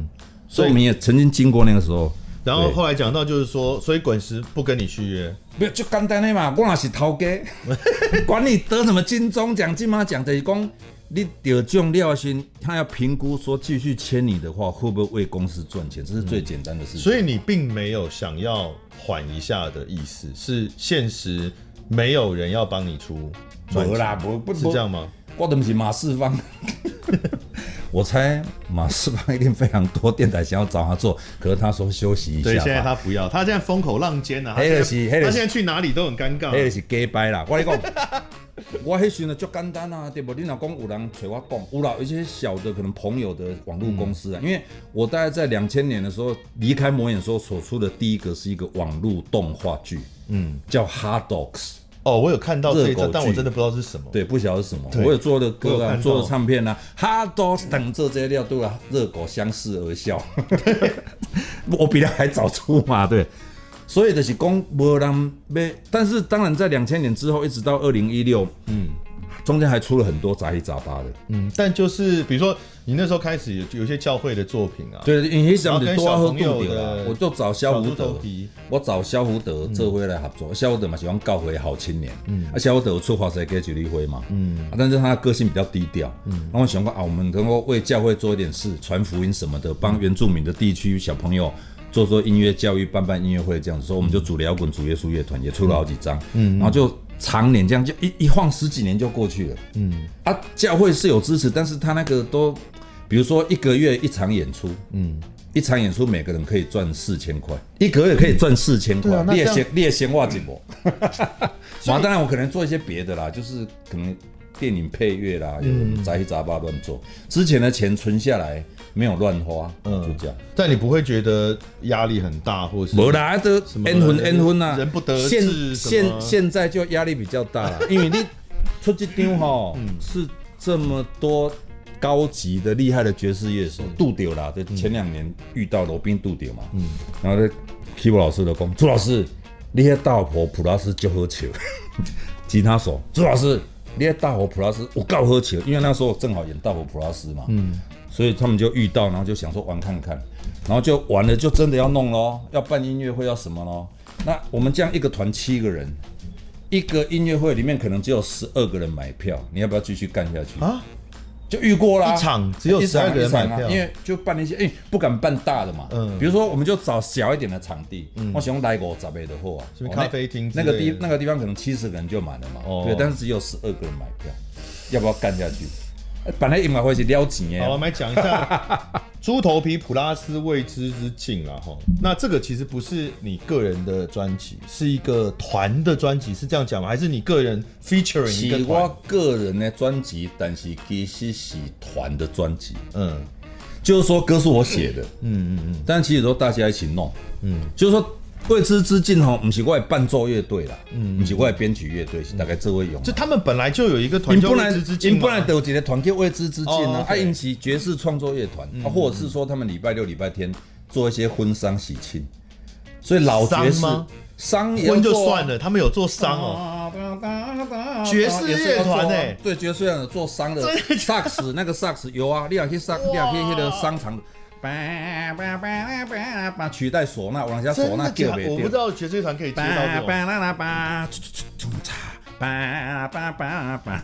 Speaker 2: 所以我们也曾经经过那个时候。
Speaker 1: 然后
Speaker 2: 对嗯
Speaker 1: 后来讲到就是说，所以滚石不跟你续约，
Speaker 2: 没有，就简单的嘛，我若是头家， 管你得什么金钟奖、金马奖，就是讲你得奖了先，他要评估说继续签你的话，会不会为公司赚钱，这是最简单的事情。
Speaker 1: 所以你并没有想要缓一下的意思，是现实没有人要帮你出专辑，
Speaker 2: 没啦，不不
Speaker 1: 是这样，吗？
Speaker 2: 不我对不起马世芳， 我猜马世芳一定非常多电台想要找他做，可是他说休息一下
Speaker 1: 对，现在
Speaker 2: 吧。
Speaker 1: 他不要，他现在风口浪尖啊，他
Speaker 2: 黑
Speaker 1: 现
Speaker 2: 的是
Speaker 1: 在
Speaker 2: 黑的
Speaker 1: 他
Speaker 2: 是
Speaker 1: 现在去哪里都很尴
Speaker 2: 迄个
Speaker 1: 尬。
Speaker 2: 是假掰啦，我跟你讲， 我迄时阵就简单啊，对不？你若讲有人找我讲，有啦，有一些小的可能朋友的网络公司啊，因为我大概在两千年的时候离开魔眼的时候所出的第一个是一个网络动画剧，嗯，叫《Hard Dogs》。
Speaker 1: 哦，我有看到这一
Speaker 2: 热
Speaker 1: 张，
Speaker 2: 狗剧
Speaker 1: 但我真的不知道是什么。
Speaker 2: 对，不晓得是什么，
Speaker 1: 对
Speaker 2: 我有做的
Speaker 1: 我有
Speaker 2: 歌
Speaker 1: 看
Speaker 2: 啊
Speaker 1: 到，
Speaker 2: 做的唱片啊，哈都等这些料对啊，热狗相视 而笑，我比他还早出嘛，对。所以就是讲无人被，但是当然在两千年之后，一直到二零一六，嗯，中间还出了很多杂七杂八的，
Speaker 1: 嗯，但就是比如说你那时候开始有有一些教会的作品啊，
Speaker 2: 对，因为想得多喝
Speaker 1: 然后
Speaker 2: 度
Speaker 1: 跟小朋友
Speaker 2: 掉
Speaker 1: 的
Speaker 2: 啦，我就找
Speaker 1: 小
Speaker 2: 萧
Speaker 1: 猪
Speaker 2: 胡
Speaker 1: 头
Speaker 2: 德
Speaker 1: 皮，
Speaker 2: 我找萧胡德这回来合作，萧胡德嘛喜欢告回好青年，嗯，啊萧胡德有出华谁给举例辉嘛，嗯，啊但是他的个性比较低调，嗯，然后我想过啊，我们能够为教会做一点事，传福音什么的，帮原住民的地区小朋友。做做音乐教育，办办音乐会这样子，所以我们就组了摇滚主耶稣乐团，也出了好几张，嗯，然后就常年这样，就一一晃十几年就过去了，嗯，啊，教会是有支持，但是他那个都比如说一个月一场演出，嗯，一场演出每个人可以赚四千块，一个月可以赚四千
Speaker 1: 对
Speaker 2: 块
Speaker 1: 啊，那
Speaker 2: 列
Speaker 1: 这样
Speaker 2: 先列先袜子 我。 啊，当然我可能做一些别的啦，就是可能电影配乐啦，有
Speaker 1: 嗯
Speaker 2: 人杂七杂八乱做，之前的钱存下来没有乱花，嗯，就这样。
Speaker 1: 但你不会觉得压力很大，或是
Speaker 2: 无啦，都
Speaker 1: 么
Speaker 2: N 婚 N 婚啊，
Speaker 1: 人不得志
Speaker 2: 现
Speaker 1: 什么啊
Speaker 2: 现现在就压力比较 大了，因为你出这张吼、
Speaker 1: 嗯
Speaker 2: 是这么多高级的厉害的爵士乐手
Speaker 1: 嗯
Speaker 2: 杜丢啦，就前两年遇到罗宾杜丢嘛，嗯，然后呢 k e y b o 老师就讲，朱老师，你那大婆普拉斯就喝球，吉他手朱老师，你那大婆普拉斯我告喝球，因为那时候正好演大婆普拉斯嘛，嗯。所以他们就遇到，然后就想说玩看看，然后就玩了，就真的要弄咯，要办音乐会，要什么咯。那我们这样一个团七个人，一个音乐会里面可能只有十二个人买票，你要不要继续干下去？
Speaker 1: 啊？
Speaker 2: 就遇过啦，
Speaker 1: 一场只有
Speaker 2: 一场
Speaker 1: 12个人
Speaker 2: 一场啊
Speaker 1: 买票
Speaker 2: 因为就办了一些，哎、不敢办大的嘛，
Speaker 1: 嗯
Speaker 2: 嗯，比如说我们就找小一点的场地，我想来五十个的货啊，
Speaker 1: 什么
Speaker 2: 哦
Speaker 1: 咖啡厅之
Speaker 2: 那那个
Speaker 1: 类的
Speaker 2: 地那个地方可能七十个人就满了嘛，
Speaker 1: 哦
Speaker 2: 对，但是只有十二个人买票，要不要干下去？哎本来音乐会是撩钱的
Speaker 1: 哦好，我
Speaker 2: 啊，
Speaker 1: 们来讲一下猪头皮普拉斯未知之境啦，哈。那这个其实不是你个人的专辑，是一个团的专辑，是这样讲吗？还是你个人 featuring 一个
Speaker 2: 是
Speaker 1: 团？
Speaker 2: 我个人的专辑，但是其实是团的专辑，
Speaker 1: 嗯
Speaker 2: 就是说歌是我写的，
Speaker 1: 嗯嗯嗯，
Speaker 2: 但其实都大家一起弄，嗯，就是说未知之境吼，不是我的伴奏乐队啦，嗯，不是我的编曲乐队，是大概这位勇。
Speaker 1: 就他们本来就有一个团
Speaker 2: 因
Speaker 1: 叫
Speaker 2: 本
Speaker 1: 未
Speaker 2: 来
Speaker 1: 知之境
Speaker 2: 因
Speaker 1: 嘛，
Speaker 2: 本来有一个团叫未知之境
Speaker 1: 哦
Speaker 2: 啊，
Speaker 1: ，OK
Speaker 2: 啊，因是爵士创作乐团，啊或者是说他们礼拜六、礼拜天做一些婚丧喜庆，所以老爵士
Speaker 1: 丧吗
Speaker 2: 丧也要
Speaker 1: 婚就
Speaker 2: 做啊
Speaker 1: 算了，他们有做商哦。爵士乐团欸
Speaker 2: 对爵士乐团做商的萨克斯，那个萨克斯有啊，你也去商，你也去那个商场，叭叭叭叭叭，取代唢呐，往下唢
Speaker 1: 真
Speaker 2: 呐
Speaker 1: 的
Speaker 2: 叫
Speaker 1: 假
Speaker 2: 不
Speaker 1: 的？我不知
Speaker 2: 到。
Speaker 1: 道爵士乐团可以接到这
Speaker 2: 叭
Speaker 1: 种。
Speaker 2: 叭啦啦叭，叭叭叭叭。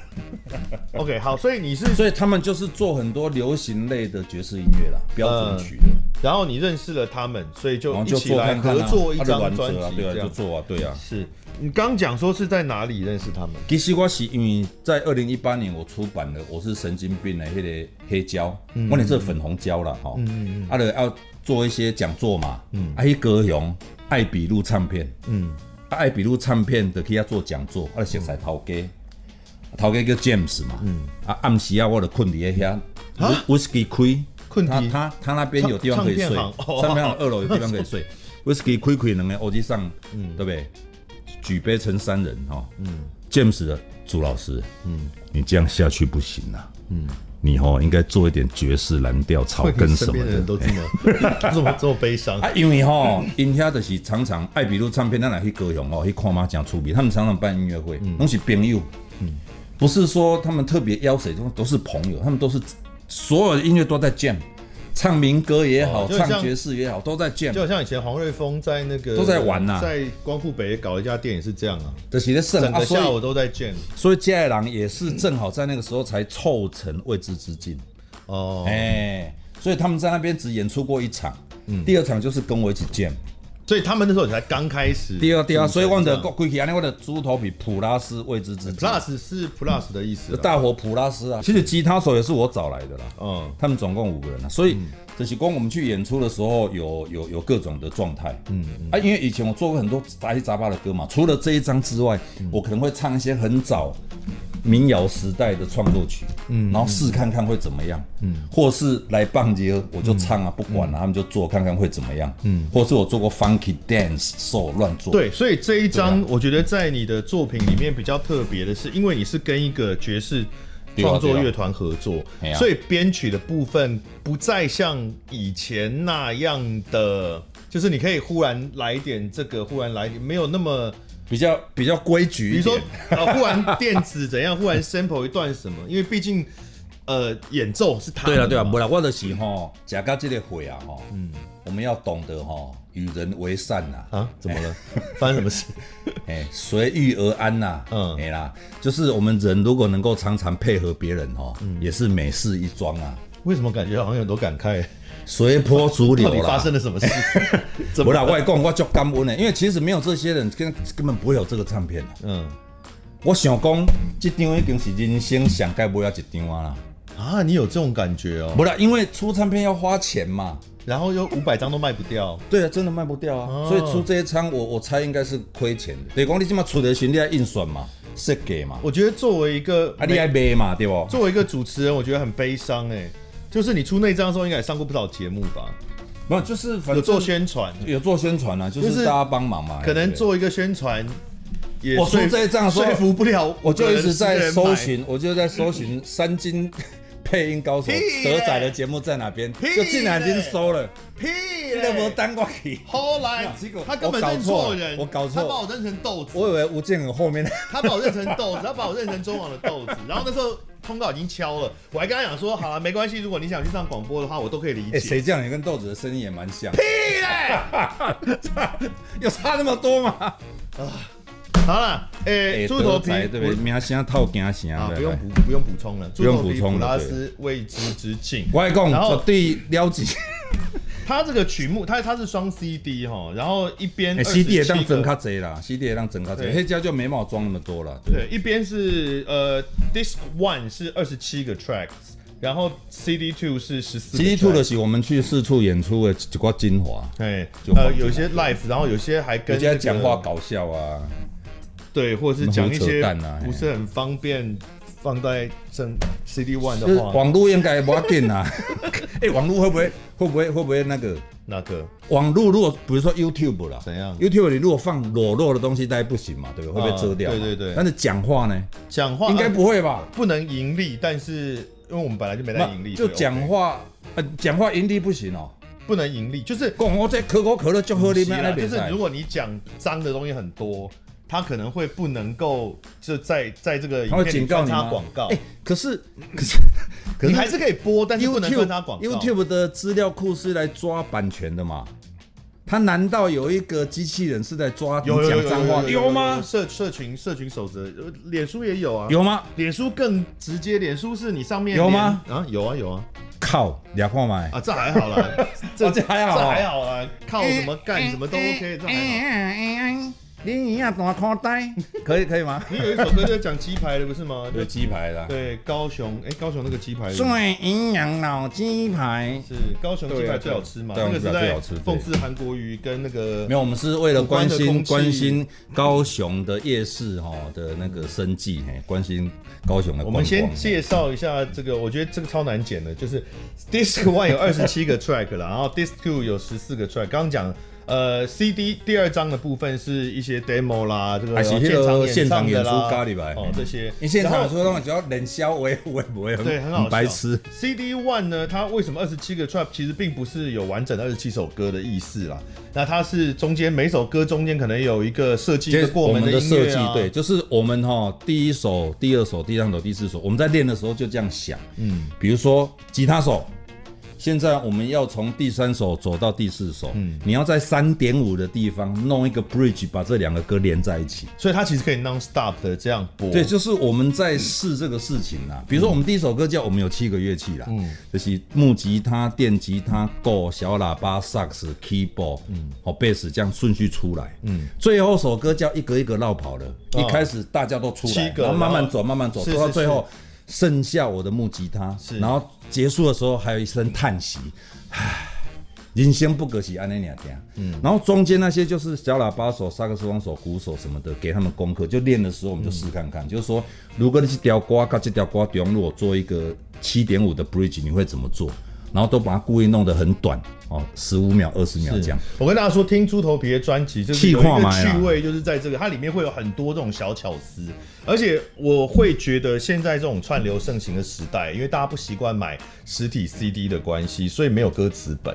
Speaker 1: OK，好，所以你是，
Speaker 2: 所以他们就是做很多流行类的爵士音乐啦，标准曲的，
Speaker 1: 然后你认识了他们，所以就
Speaker 2: 然后
Speaker 1: 一
Speaker 2: 就
Speaker 1: 起
Speaker 2: 做
Speaker 1: 来
Speaker 2: 看看
Speaker 1: 合
Speaker 2: 啊，
Speaker 1: 作嗯一
Speaker 2: 啊就
Speaker 1: 张
Speaker 2: 完
Speaker 1: 专
Speaker 2: 成啊
Speaker 1: 辑，
Speaker 2: 对啊，
Speaker 1: 这
Speaker 2: 就
Speaker 1: 样。
Speaker 2: 做啊，对啊。
Speaker 1: 是你刚讲说是在哪里认识他们？
Speaker 2: 其实我是因为在二零一八年我出版了《我是神经病》的那个黑胶，
Speaker 1: 嗯
Speaker 2: 我那是粉红胶啦，吼，啊，就要做一些讲座嘛，啊，去高雄爱比路唱片，
Speaker 1: 嗯
Speaker 2: 啊，爱比路唱片就去遐做讲座，啊，就熟识头家，头家叫 James 嘛，
Speaker 1: 嗯
Speaker 2: 啊，暗时啊，我就困伫咧遐，whisky 开，
Speaker 1: 睏
Speaker 2: 他
Speaker 1: 伫
Speaker 2: 他他那边有地方可以睡，
Speaker 1: 唱
Speaker 2: 唱
Speaker 1: 唱片行哦
Speaker 2: 片行二楼有地方可以 睡，whisky 开开两个欧弟上，
Speaker 1: 嗯
Speaker 2: 对不对？举杯成三人哈，嗯，James 的朱老师，嗯，你这样下去不行啊，嗯，你哦应该做一点爵士蓝调草根
Speaker 1: 身
Speaker 2: 什么
Speaker 1: 边的
Speaker 2: 的
Speaker 1: 人。都这么 这么这么悲伤
Speaker 2: 啊，因为吼，因遐就是常常爱比路唱片，咱来去高雄哦吼，去看嘛，真出名。他们常常办音乐会，拢、是朋友，不是说他们特别邀谁，都都是朋友，他们都是所有的音乐都在 jam，唱民歌也好，
Speaker 1: 哦就像
Speaker 2: 唱爵士也好，都在 jam，
Speaker 1: 就好像以前黄瑞峰在那个
Speaker 2: 都在玩呐
Speaker 1: 在光复北搞了一家店也是这样啊，
Speaker 2: 就是咧剩
Speaker 1: 整
Speaker 2: 啊，
Speaker 1: 个
Speaker 2: 所以
Speaker 1: 下午都在见
Speaker 2: 所以家的人也是正好在那个时候才凑成未知之境。
Speaker 1: 哦
Speaker 2: 哎、。所以他们在那边只演出过一场，第二场就是跟我一起 jam。
Speaker 1: 所以他们那时候才刚开始。
Speaker 2: 第二第二，所以我
Speaker 1: 这
Speaker 2: 的
Speaker 1: 样
Speaker 2: 归去安尼，我的猪头皮普拉斯未知之境。
Speaker 1: plus 是 plus 的意思啦。
Speaker 2: 大火普拉斯啊，其实吉他手也是我找来的啦。
Speaker 1: 嗯
Speaker 2: 他们总共五个人啊，所以这些光我们去演出的时候有有有各种的状态，嗯啊，因为以前我做过很多杂七杂八的歌嘛，除了这一张之外，我可能会唱一些很早民谣时代的创作曲，嗯，然后试看看会怎么样，嗯，或是来棒街我就唱啊，不管了、他们就做看看会怎么样，嗯，或是我做过 funky dance show 乱做，
Speaker 1: 对，所以这一张
Speaker 2: 啊
Speaker 1: 我觉得在你的作品里面比较特别的是，因为你是跟一个爵士
Speaker 2: 对啊
Speaker 1: 创作乐团合作
Speaker 2: 对，啊
Speaker 1: 所以编曲的部分不再像以前那样的，就是你可以忽然来一点这个，忽然来一点，没有那么，
Speaker 2: 比较比较规
Speaker 1: 比
Speaker 2: 矩
Speaker 1: 如
Speaker 2: 一
Speaker 1: 说
Speaker 2: 点，
Speaker 1: 呃，忽然电子怎样，忽 然 sample 一段什么，因为毕竟呃演奏是他
Speaker 2: 对了
Speaker 1: 们
Speaker 2: 对啊
Speaker 1: 的
Speaker 2: 了，
Speaker 1: 嘛
Speaker 2: 不啦，我就是吼，假到这个会啊吼，嗯，我们要懂得吼与人为善呐、
Speaker 1: 啊，怎么了？发生什么 事？
Speaker 2: 哎、随遇而安呐、
Speaker 1: 嗯
Speaker 2: 嗯，哎啦，就是我们人如果能够常常配合别人哦，
Speaker 1: 嗯
Speaker 2: 也是美事一桩啊，
Speaker 1: 为什么感觉好像有很多感慨？
Speaker 2: 随波逐
Speaker 1: 到
Speaker 2: 流
Speaker 1: 底发
Speaker 2: 啦。
Speaker 1: 生了什么 事？怎
Speaker 2: 不
Speaker 1: 么
Speaker 2: 啦，
Speaker 1: 了？
Speaker 2: 我讲我就感恩的，因为其实没有这些人，根根本不会有这个唱片的。
Speaker 1: 嗯。
Speaker 2: 我想讲，这张已经是人生上届尾啊一张啊啦。
Speaker 1: 啊，你有这种感觉哦，
Speaker 2: 不啦，因为出唱片要花钱嘛。
Speaker 1: 然后又五百张都卖不掉，
Speaker 2: 对啊，真的卖不掉啊，
Speaker 1: 哦
Speaker 2: 所以出这一仓，我我猜应该是亏钱的。等于讲你即马出的时候，你要印算嘛，设计嘛，
Speaker 1: 我觉得作为一个
Speaker 2: 啊，你爱卖嘛，对不？
Speaker 1: 作为一个主持人，我觉得很悲伤哎、就是你出那张的时候，应该也上过不少节目吧？
Speaker 2: 没有，就是反正
Speaker 1: 有做宣传，
Speaker 2: 有做宣传啊，就
Speaker 1: 就是
Speaker 2: 是大家帮忙嘛。
Speaker 1: 可能
Speaker 2: 对
Speaker 1: 做一个宣传，也
Speaker 2: 我出
Speaker 1: 说
Speaker 2: 这一张的时候
Speaker 1: 说服不了，
Speaker 2: 我就一直在搜。寻，我就在搜 寻三金配音高手
Speaker 1: 屁嘞
Speaker 2: 德仔的节目在哪边，
Speaker 1: 屁
Speaker 2: 就竟然已经
Speaker 1: 嘞
Speaker 2: 搜了，
Speaker 1: 屁
Speaker 2: 你
Speaker 1: 嘞
Speaker 2: 都没当过去。
Speaker 1: 后来
Speaker 2: 结果，
Speaker 1: 他根本
Speaker 2: 我搞
Speaker 1: 认
Speaker 2: 错
Speaker 1: 错
Speaker 2: 了
Speaker 1: 人，
Speaker 2: 我搞错
Speaker 1: 他把我认成豆子，
Speaker 2: 我以为吴建衡后面的，
Speaker 1: 他把我认成豆子，他把我认成中网的豆子。然后那时候通告已经敲了，我还跟他讲说，好了，没关系，如果你想去上广播的话，我都可以理
Speaker 2: 哎，
Speaker 1: 解。
Speaker 2: 谁叫你跟豆子的声音也蛮像，
Speaker 1: 屁嘞！
Speaker 2: 有差那么多吗？
Speaker 1: 好了，诶，猪头
Speaker 2: 德
Speaker 1: 皮，
Speaker 2: 仔哎对不
Speaker 1: 我
Speaker 2: 对？名声套惊声，
Speaker 1: 啊，不
Speaker 2: 对不
Speaker 1: 用
Speaker 2: 对？
Speaker 1: 补，不用补充了。
Speaker 2: 不用
Speaker 1: 猪头
Speaker 2: 补
Speaker 1: 皮
Speaker 2: 充了
Speaker 1: 普拉
Speaker 2: 对
Speaker 1: 斯为之之敬。
Speaker 2: 我跟你
Speaker 1: 然后
Speaker 2: 讲绝对了解，
Speaker 1: 他这个曲目，他他是双 CD 哈，然后一边
Speaker 2: 哎，CD 也当
Speaker 1: 整
Speaker 2: 真较侪啦，CD 也当真较侪，
Speaker 1: 对
Speaker 2: 黑胶就没办法装那么多了。
Speaker 1: 对，一边是呃 Disc One 是二十七个 tracks，然后 CD Two 是十四。
Speaker 2: CD Two 的是我们去四处演出的一挂精华，
Speaker 1: 哎
Speaker 2: 就，
Speaker 1: 呃，
Speaker 2: 放进来
Speaker 1: 有些 live，然后有些还跟
Speaker 2: 人家
Speaker 1: 这个
Speaker 2: 讲话搞笑啊，
Speaker 1: 对，或者是讲一
Speaker 2: 胡扯
Speaker 1: 些
Speaker 2: 淡啊
Speaker 1: 不是很方便放在正 CD One
Speaker 2: 就是
Speaker 1: 的话，
Speaker 2: 网络应该不要紧啦。 哎，网络会不会会不会会不会那个？
Speaker 1: 那个
Speaker 2: 网络如果比如说 YouTube 啦，
Speaker 1: 怎样
Speaker 2: ？YouTube 你如果放裸露的东西，大概不行嘛，对不对？会被遮掉嘛。
Speaker 1: 啊对对对
Speaker 2: 但是讲话呢，
Speaker 1: 讲话
Speaker 2: 应该
Speaker 1: 呃
Speaker 2: 不会吧？
Speaker 1: 不能盈利，但是因为我们本来就没在盈利，
Speaker 2: 就
Speaker 1: 所以
Speaker 2: 讲
Speaker 1: OK
Speaker 2: 话，呃，讲话盈利不行哦。
Speaker 1: 不能盈利，就是
Speaker 2: 讲哦我这可口可乐就喝你
Speaker 1: 是
Speaker 2: 们
Speaker 1: 啦
Speaker 2: 那
Speaker 1: 就
Speaker 2: 边
Speaker 1: 是如果你讲脏的东西很多，他可能会不能够就在在这个影
Speaker 2: 他会
Speaker 1: 片
Speaker 2: 警
Speaker 1: 里
Speaker 2: 告
Speaker 1: 穿
Speaker 2: 你
Speaker 1: 插
Speaker 2: 吗
Speaker 1: 广告
Speaker 2: 哎，，可是可是可
Speaker 1: 你
Speaker 2: 是
Speaker 1: 还是可以播，但是不能穿插
Speaker 2: YouTube
Speaker 1: 广告。
Speaker 2: YouTube 的资料库是来抓版权的嘛？他难道有一个机器人是在抓你
Speaker 1: 有有有
Speaker 2: 讲脏话
Speaker 1: 有
Speaker 2: 的？
Speaker 1: 有有
Speaker 2: 吗？
Speaker 1: 社社群社群守则，呃脸书也有啊。
Speaker 2: 有吗？
Speaker 1: 脸书更直接，脸书是你上面
Speaker 2: 有吗
Speaker 1: 连？啊，有啊有啊
Speaker 2: 靠，俩看买。
Speaker 1: 啊，这还好啦，
Speaker 2: 哦这还好
Speaker 1: 这
Speaker 2: 啊
Speaker 1: 还好啦，靠什么干什么都 OK，这还好。
Speaker 2: 好。你一样大口呆，可以可以吗？
Speaker 1: 你有一首歌在讲鸡排的不是吗？
Speaker 2: 有鸡排啦，
Speaker 1: 对，高雄，哎，高雄那个鸡排是
Speaker 2: 最营养老鸡排。
Speaker 1: 高雄鸡排最好吃嘛？
Speaker 2: 对啊
Speaker 1: 那个是
Speaker 2: 高雄鸡排最
Speaker 1: 在
Speaker 2: 好吃对
Speaker 1: 讽刺韩国瑜跟那个
Speaker 2: 没有，我们是为了关
Speaker 1: 有关
Speaker 2: 心
Speaker 1: 的空气
Speaker 2: 关心高雄的夜市哈的那个生计，嘿，关心高雄的
Speaker 1: 我
Speaker 2: 观光。
Speaker 1: 们先介绍一下这个，我觉得这个超难剪的，就是 Disc One 有二十七个 track 了，然后 Disc Two 有十四个 track。刚刚讲，呃，CD 第二章的部分是一些 demo 啦，这个
Speaker 2: 还是那
Speaker 1: 场
Speaker 2: 个
Speaker 1: 演唱的啦，
Speaker 2: 现场演出咖喱白
Speaker 1: 哦这些。
Speaker 2: 你现
Speaker 1: 然
Speaker 2: 场
Speaker 1: 后
Speaker 2: 说那种只要冷笑，我也我也不会很
Speaker 1: 对，很好笑
Speaker 2: 白痴。。
Speaker 1: CD One 呢，它为什么二十七个 trap？其实并不是有完整的二十七首歌的意思啦。那它是中间每首歌中间可能有一个设计一个过
Speaker 2: 我
Speaker 1: 门
Speaker 2: 们的
Speaker 1: 音
Speaker 2: 设
Speaker 1: 乐
Speaker 2: 计
Speaker 1: 啊，
Speaker 2: 对，，就是我们哈第一首、第二首、第三首、第四首，我们在练的时候就这样想，
Speaker 1: 嗯，
Speaker 2: 比如说吉他手，现在我们要从第三首走到第四首，嗯，你要在三点五的地方弄一个 bridge，把这两个歌连在一起。
Speaker 1: 所以它其实可以 non stop 的这样播。
Speaker 2: 对，就是我们在试这个事情啦。比如说，我们第一首歌叫我们有七个乐器啦，嗯，就是木吉他、电吉他、go、小喇叭、萨克斯、keyboard，嗯，哦，贝斯这样顺序出来，嗯，最后首歌叫一格一格绕跑了，
Speaker 1: 哦
Speaker 2: 一开始大家都出
Speaker 1: 七
Speaker 2: 来，
Speaker 1: 个
Speaker 2: 然后慢
Speaker 1: 然
Speaker 2: 慢
Speaker 1: 后
Speaker 2: 走，慢慢走，
Speaker 1: 是
Speaker 2: 走到
Speaker 1: 是
Speaker 2: 最后剩下我的木吉他，
Speaker 1: 是
Speaker 2: 然后结束的时候还有一声叹息，人生不可惜，安尼尔听。嗯，然后中间那些就是小喇叭手、萨克斯风手、鼓手什么的，给他们功课，就练的时候我们就试看看，就是说，如果你这条瓜跟这条瓜中，如果做一个七点五的 bridge，你会怎么做？然后都把它故意弄得很短哦，十五秒、二十秒这样。
Speaker 1: 我跟大家说，听猪头皮的专辑，就是有一
Speaker 2: 气化
Speaker 1: 个
Speaker 2: 嘛呀
Speaker 1: 趣味，就是在这个它里面会有很多这种小巧思，而且我会觉得现在这种串流盛行的时代，因为大家不习惯买实体 CD 的关系，所以没有歌词本。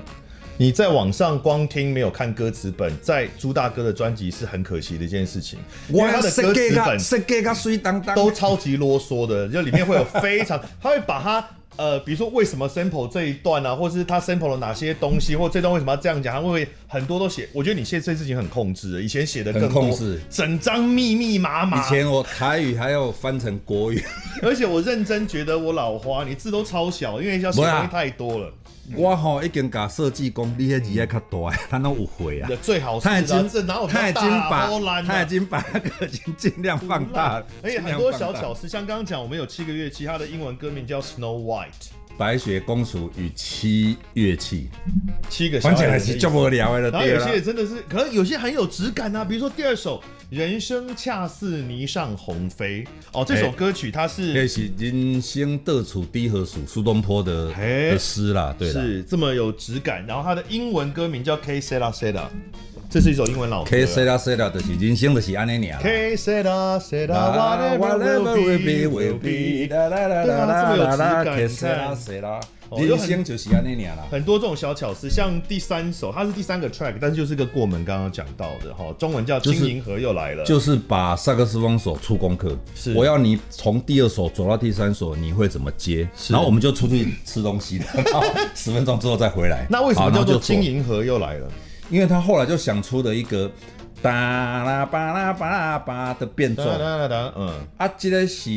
Speaker 1: 你在网上光听没有看歌词本，在朱大哥的专辑是很可惜的一件事情，因为他的歌词本
Speaker 2: 设计个水当当
Speaker 1: 都超级啰嗦的，就里面会有非常，他会把它呃，比如说为什么 sample 这一段啊，或是他 sample 了哪些东西，或这段为什么要这样讲，他会呃很多都写。我觉得你现在这事情很控制了，以前写的更
Speaker 2: 很控
Speaker 1: 多
Speaker 2: 制
Speaker 1: 整张密密麻麻。
Speaker 2: 以前我台语还要翻成国语，
Speaker 1: 而且我认真觉得我老花，你字都超小，因为要写
Speaker 2: 不是啊
Speaker 1: 东西太多了。
Speaker 2: 我吼已经甲设计讲，你迄字爱较大， 咱拢有回啊。
Speaker 1: 最好是
Speaker 2: 他
Speaker 1: 啊，
Speaker 2: 已经
Speaker 1: 这哪有
Speaker 2: 他已
Speaker 1: 那么
Speaker 2: 经
Speaker 1: 大啊
Speaker 2: 把
Speaker 1: 波兰啊
Speaker 2: 他已经把那个已经尽 量放大了，
Speaker 1: 而且
Speaker 2: 尽量
Speaker 1: 很多
Speaker 2: 放
Speaker 1: 小
Speaker 2: 大
Speaker 1: 巧思，像刚刚讲，我们有七个乐器，它的英文歌名叫 Snow White，
Speaker 2: 白雪公主与七乐器，
Speaker 1: 七个小
Speaker 2: 反
Speaker 1: 矮
Speaker 2: 起
Speaker 1: 人
Speaker 2: 来
Speaker 1: 的
Speaker 2: 是
Speaker 1: 意
Speaker 2: 这
Speaker 1: 思
Speaker 2: 么聊的
Speaker 1: 然后
Speaker 2: 呃对
Speaker 1: 有
Speaker 2: 啦
Speaker 1: 些。也真的是，可能有些很有质感啊，比如说第二首《人生恰似霓上红飞》哦，这首
Speaker 2: 哎
Speaker 1: 歌曲它是
Speaker 2: 那是人生到处低和数苏东坡的
Speaker 1: 哎
Speaker 2: 的诗啦，对啦。
Speaker 1: 是这么有质感，然后它的英文歌名叫 K Sera Sera，这是一首英文老歌。
Speaker 2: K C 啦 C 啦，就是人生就是安尼尔。
Speaker 1: K Sera
Speaker 2: 啦
Speaker 1: Sera
Speaker 2: whatever
Speaker 1: whatever
Speaker 2: will
Speaker 1: will
Speaker 2: be
Speaker 1: be
Speaker 2: will
Speaker 1: will
Speaker 2: be，
Speaker 1: be，
Speaker 2: 啦啦啦啦啦啦
Speaker 1: 对啊这么
Speaker 2: 啦
Speaker 1: 有质感
Speaker 2: K C 啦
Speaker 1: 你看
Speaker 2: C 啦，
Speaker 1: 哦又
Speaker 2: 人
Speaker 1: 很
Speaker 2: 生就是安尼尔啦。
Speaker 1: 很多这种小巧思，像第三首，它是第三个 track，但是就是个过门，刚刚讲到的哈，中文叫《
Speaker 2: 就是
Speaker 1: 金银河》又来了，
Speaker 2: 就是把萨克斯风手出功课，
Speaker 1: 是
Speaker 2: 我要你从第二首走到第三首，你会怎么接？然后我们就出去吃东西了， 然后十分钟之后再回来。
Speaker 1: 那为什
Speaker 2: 好
Speaker 1: 么
Speaker 2: 然后
Speaker 1: 叫
Speaker 2: 就
Speaker 1: 做《
Speaker 2: 做
Speaker 1: 金银河》又来了？
Speaker 2: 因为他后来就想出了一个哒啦吧啦吧啦吧的变奏
Speaker 1: 哒。哒哒哒，嗯，
Speaker 2: 啊，这个是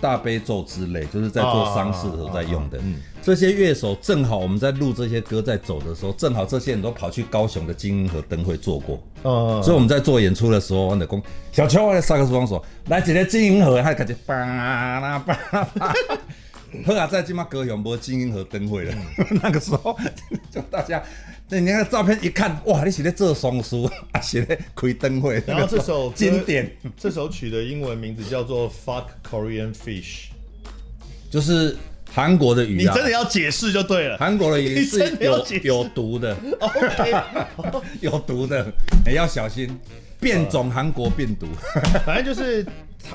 Speaker 2: 大悲咒之类，就是在做丧事的时候在用的。
Speaker 1: 啊啊啊啊啊嗯
Speaker 2: 这些乐手正好我们在录这些歌在走的时候，正好这些人都跑去高雄的金银河灯会做过。
Speaker 1: 哦，
Speaker 2: 所以我们在做演出的时候，我的公小乔我的萨克斯风手来一个金银河，他感觉叭啦叭啦 叭。后来啊在金马歌有没有金银河灯会了？
Speaker 1: 嗯
Speaker 2: 那个时候就大家，那你那个照片一看，哇，你写的这双书啊，写的开灯会，
Speaker 1: 然后这首歌
Speaker 2: 经典
Speaker 1: 这首曲的英文名字叫做《Fuck Korean Fish》，
Speaker 2: 就是韩国的
Speaker 1: 你
Speaker 2: 鱼啊，
Speaker 1: 真的要解释就对了。
Speaker 2: 韩国的鱼
Speaker 1: 你
Speaker 2: 是
Speaker 1: 真的要
Speaker 2: 有
Speaker 1: 解释
Speaker 2: 有毒 的，
Speaker 1: OK，
Speaker 2: 有毒的，你、要小心变种韩国病毒。
Speaker 1: 反正就是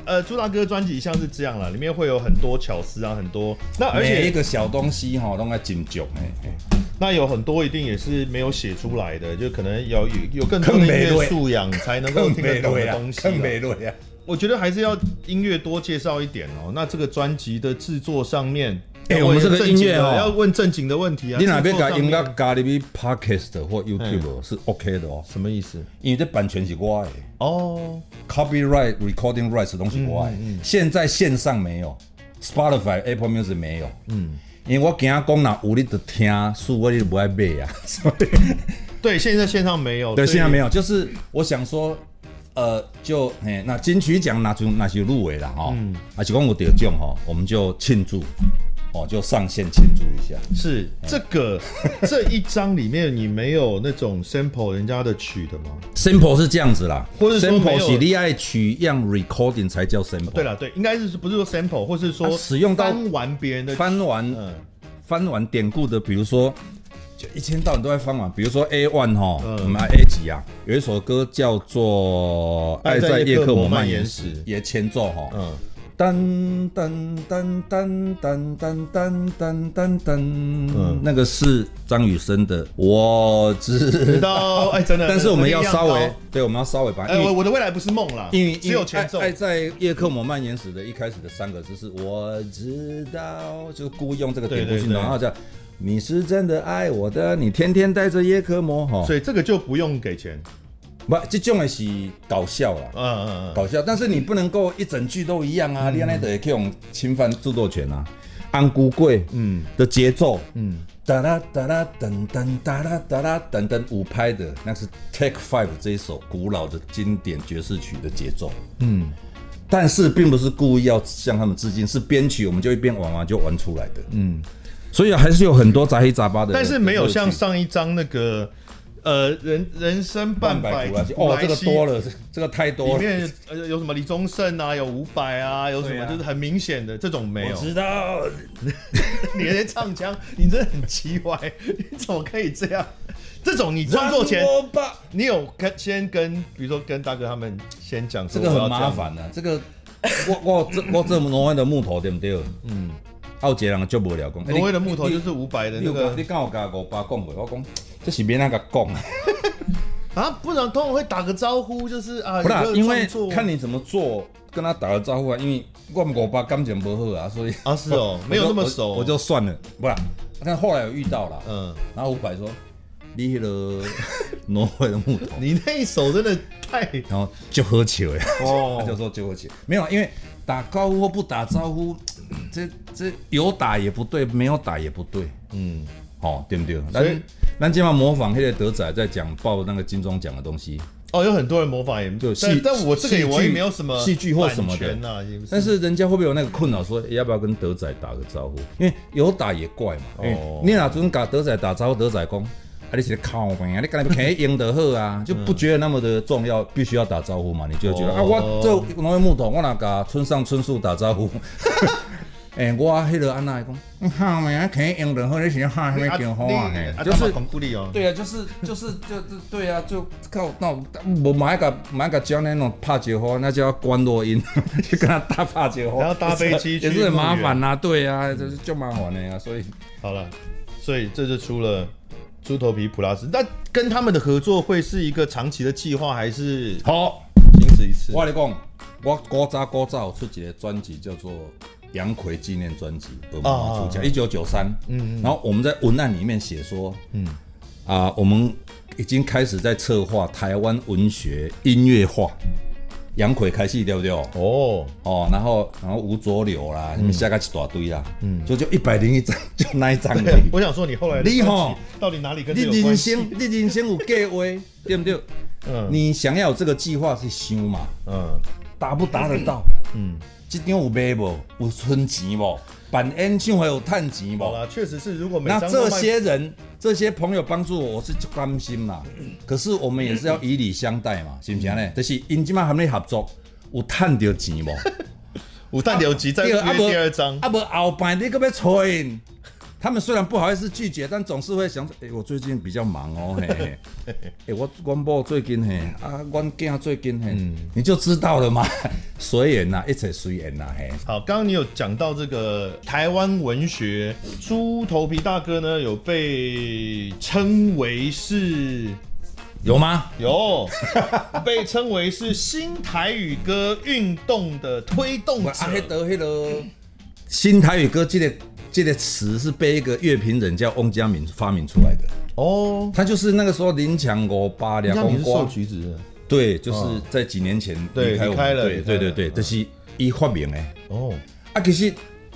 Speaker 1: 呃，朱大哥专辑一向是这样啦，里面会有很多巧思啊，很多那而
Speaker 2: 每一
Speaker 1: 且
Speaker 2: 个小东西哈、都要紧张哎。
Speaker 1: 那有很多一定也是没有写出来的，就可能有有有更多
Speaker 2: 更
Speaker 1: 的
Speaker 2: 没
Speaker 1: 音
Speaker 2: 落
Speaker 1: 乐素养才能够
Speaker 2: 更
Speaker 1: 听得
Speaker 2: 没
Speaker 1: 懂
Speaker 2: 落
Speaker 1: 的
Speaker 2: 呀
Speaker 1: 东，西啊
Speaker 2: 更
Speaker 1: 啦。
Speaker 2: 没落呀。
Speaker 1: 我觉得还是要音乐多介绍一点哦。那这个专辑的制作上面，
Speaker 2: 哎
Speaker 1: 要
Speaker 2: 我们
Speaker 1: 问
Speaker 2: 这个
Speaker 1: 正经
Speaker 2: 音乐
Speaker 1: 的
Speaker 2: 哦
Speaker 1: 要问正经的问题啊。
Speaker 2: 你哪边
Speaker 1: 制作
Speaker 2: 搞
Speaker 1: 上
Speaker 2: 音乐
Speaker 1: 面
Speaker 2: 加入去 podcast 或 YouTube 是 OK 的哦，
Speaker 1: 什么意思？
Speaker 2: 因为这版权是我的
Speaker 1: 哦，
Speaker 2: ，copyright recording rights 的东西我的。现在线上没有，Spotify、Apple Music 没有。嗯，因为我惊讲哪有你的听数，我你就不爱买啊。所以
Speaker 1: 对，现在线上没有，
Speaker 2: 对，
Speaker 1: 所以
Speaker 2: 现在没有，就是我想说，呃，就嘿，那金曲奖哪就哪些入围了哈，而且讲我得奖哈，我们就庆祝，哦，就上线庆祝一下。
Speaker 1: 是这个这一章里面你没有那种 sample 人家的曲的吗？
Speaker 2: sample 是这样子啦，
Speaker 1: 或者说
Speaker 2: sample
Speaker 1: 没有
Speaker 2: 是你爱取样 recording 才叫 sample。
Speaker 1: 对，了，对，应该是不是说 sample，或是说
Speaker 2: 啊使用到
Speaker 1: 翻完别人的曲
Speaker 2: 翻完、
Speaker 1: 嗯
Speaker 2: 翻完典故的，比如说，就一天到晚都在翻完，比如说 A one 哈，
Speaker 1: 嗯
Speaker 2: 我们 A 几啊，有一首歌叫做《
Speaker 1: 爱
Speaker 2: 爱
Speaker 1: 在
Speaker 2: 在
Speaker 1: 夜
Speaker 2: 夜
Speaker 1: 克
Speaker 2: 克
Speaker 1: 膜
Speaker 2: 膜
Speaker 1: 蔓
Speaker 2: 蔓
Speaker 1: 延
Speaker 2: 延
Speaker 1: 时
Speaker 2: 时》也前奏哈，
Speaker 1: 嗯，
Speaker 2: 噔噔噔噔噔噔噔噔噔
Speaker 1: 嗯
Speaker 2: 噔，那个是张雨生的，我知
Speaker 1: 知。道哎，真的，
Speaker 2: 但是我们要稍微
Speaker 1: 真的，
Speaker 2: 对，我们要稍微把它
Speaker 1: 哎，我我的未来不是梦啦，
Speaker 2: 因为
Speaker 1: 只有前奏
Speaker 2: 爱。爱在夜克膜蔓延时的一开始的三个字是我知道，就是故意用这个典故
Speaker 1: 对对
Speaker 2: 去，
Speaker 1: 对
Speaker 2: 然后叫你是真的爱我的，你天天带着夜克膜哈
Speaker 1: 所，以这个就不用给钱，
Speaker 2: 不，这种的是搞笑啦。
Speaker 1: 嗯嗯嗯，
Speaker 2: 搞笑，但是你不能够一整句都一样啊！你安内得可以用侵犯著作权啊。安孤贵，嗯的节奏，嗯，哒啦哒啦噔噔哒啦哒啦噔噔五拍的，那是 Take Five 这一首古老的经典爵士曲的节奏，嗯，但是并不是故意要向他们致敬，是编曲我们就一边玩玩就玩出来的，嗯，所以还是有很多杂七杂八的，
Speaker 1: 但是没有像上一章那个，呃，人人生半
Speaker 2: 半
Speaker 1: 百
Speaker 2: 百
Speaker 1: 古
Speaker 2: 古
Speaker 1: 来
Speaker 2: 来
Speaker 1: 稀
Speaker 2: 稀，哦，这个多了，这这个太多
Speaker 1: 里
Speaker 2: 了，
Speaker 1: 面呃有什么李宗盛啊，有伍佰啊，有什
Speaker 2: 对
Speaker 1: 么
Speaker 2: 啊
Speaker 1: 就是很明显的这种没
Speaker 2: 我
Speaker 1: 有。
Speaker 2: 知道，
Speaker 1: 你在唱腔，你真的很奇怪，你怎么可以这样？这种你创作前
Speaker 2: 让，我把
Speaker 1: 你有跟先跟，比如说跟大哥他们先讲，
Speaker 2: 这个很麻。烦的、这个 我我这我这么挪威的木头对不对？嗯，奥杰人就无聊讲，
Speaker 1: 挪威的木头就是伍佰的那
Speaker 2: 你有
Speaker 1: 个
Speaker 2: 你敢有甲五八讲过？我讲这是别那个讲，
Speaker 1: 啊，不然通常会打个招呼，就是啊，
Speaker 2: 不啦
Speaker 1: 有，没有
Speaker 2: 因
Speaker 1: 创
Speaker 2: 为
Speaker 1: 作
Speaker 2: 看你怎么做，跟他打个招呼啊。因为我们五八感情不好啊，所以
Speaker 1: 啊是哦，没有那么熟，
Speaker 2: 我就我就算了，不啦。啊但后来有遇到了，
Speaker 1: 嗯，
Speaker 2: 然后五百说你那个挪威的木头，
Speaker 1: 你那一手真的 太
Speaker 2: 然后就喝酒呀。
Speaker 1: 哦
Speaker 2: 他就说就会起，没有啊，因为打招呼或不打招呼，这这有打也不对，没有打也不对。
Speaker 1: 嗯，
Speaker 2: 哦，对不对？
Speaker 1: 所以
Speaker 2: 咱咱今晚模仿黑个德仔在讲报那个金钟奖的东西，
Speaker 1: 哦，有很多人模仿也，但
Speaker 2: 就戏
Speaker 1: 但我这个也我也
Speaker 2: 戏剧
Speaker 1: 没有什么
Speaker 2: 戏剧或什么的
Speaker 1: 版权呐、也不是啊
Speaker 2: 但是人家会不会有那个困扰，说诶要不要跟德仔打个招呼？因为有打也怪嘛。
Speaker 1: 哦
Speaker 2: 哦、你哪准跟德仔打招呼，德仔讲啊，你是在靠边啊，你干才肯赢得好啊，就不觉得那么的重要，必须要打招呼嘛？你就会觉得、
Speaker 1: 嗯哦
Speaker 2: 啊，我这农业木桶，我哪甲村上春树打招呼？ 哎、我迄个安娜讲，你靠边啊，肯赢得好，你是要喊什么电话啊？嘿
Speaker 1: 啊，就
Speaker 2: 就
Speaker 1: 是
Speaker 2: 是
Speaker 1: 很不利哦。
Speaker 2: 对啊，就是就是就就对啊，就靠那种我买个买个教那种帕杰花，那叫关落音， 就跟他搭帕杰花，
Speaker 1: 然后搭飞机去
Speaker 2: 也是很麻烦呐、啊，对啊，就是就麻烦的呀、啊，所以
Speaker 1: 好了，所以这就出了猪头皮普拉斯。那跟他们的合作会是一个长期的计划，还是
Speaker 2: 好，
Speaker 1: 仅此一次？
Speaker 2: 我跟你讲，我古早古早有出一个专辑叫做《杨奎纪念专辑》，耳
Speaker 1: 啊
Speaker 2: 目出家，一九九三，嗯，然后我们在文案里面写说，嗯，啊，我们已经开始在策划台湾文学音乐化，杨奎开戏对不对？
Speaker 1: 哦，
Speaker 2: 哦，然后然后吴浊流啦，
Speaker 1: 嗯
Speaker 2: 你们下个一大堆啦，嗯，就就一百零一张， 就那一张而已。
Speaker 1: 我想说你后来的
Speaker 2: 你吼
Speaker 1: 专辑到底哪里跟
Speaker 2: 哦你
Speaker 1: 这有关
Speaker 2: 人
Speaker 1: 系？
Speaker 2: 生，你人生有计划，对不对？
Speaker 1: 嗯
Speaker 2: 你想要有这个计划去想嘛，
Speaker 1: 嗯
Speaker 2: 达不达得到？
Speaker 1: 嗯，
Speaker 2: 这张有卖无？有存钱无？办演唱会有趁钱
Speaker 1: 好
Speaker 2: 无？
Speaker 1: 啦，确实是，如果每
Speaker 2: 那
Speaker 1: 张都
Speaker 2: 这
Speaker 1: 卖
Speaker 2: 些人、这些朋友帮助我，我是就甘心啦。可是我们也是要以礼相待嘛，是不是
Speaker 1: 嗯
Speaker 2: 呢？就是因即马和你合作，有趁到钱无？
Speaker 1: 五蛋流集在
Speaker 2: 对啊
Speaker 1: 约
Speaker 2: 不
Speaker 1: 第二张，
Speaker 2: 啊不后摆你个要催，他们虽然不好意思拒绝，但总是会想说，哎、我最近比较忙哦，嘿嘿， 哎、我我某最近嘿，啊，我囝最近嘿，
Speaker 1: 嗯
Speaker 2: 你就知道了嘛， 随缘啊呐，一切随缘呐，嘿，
Speaker 1: 好，刚刚你有讲到这个台湾文学，猪头皮大哥呢有被称为是
Speaker 2: 有吗？
Speaker 1: 有 被称为是新台语歌运动的推动
Speaker 2: 我
Speaker 1: 者，
Speaker 2: 啊，迄个迄个新台语歌，这个这个词是被一个乐评人叫翁家敏发明出来的，
Speaker 1: 哦，
Speaker 2: 他就是那个时候林强五八
Speaker 1: 人
Speaker 2: 两
Speaker 1: 家你
Speaker 2: 公
Speaker 1: 是瘦
Speaker 2: 瓜，
Speaker 1: 橘子的
Speaker 2: 对，就是在几年前
Speaker 1: 对
Speaker 2: 离开我
Speaker 1: 离开
Speaker 2: 们，
Speaker 1: 了
Speaker 2: 对
Speaker 1: 离开
Speaker 2: 对
Speaker 1: 了
Speaker 2: 对对，这是一发明的。
Speaker 1: 哦，
Speaker 2: 啊，可是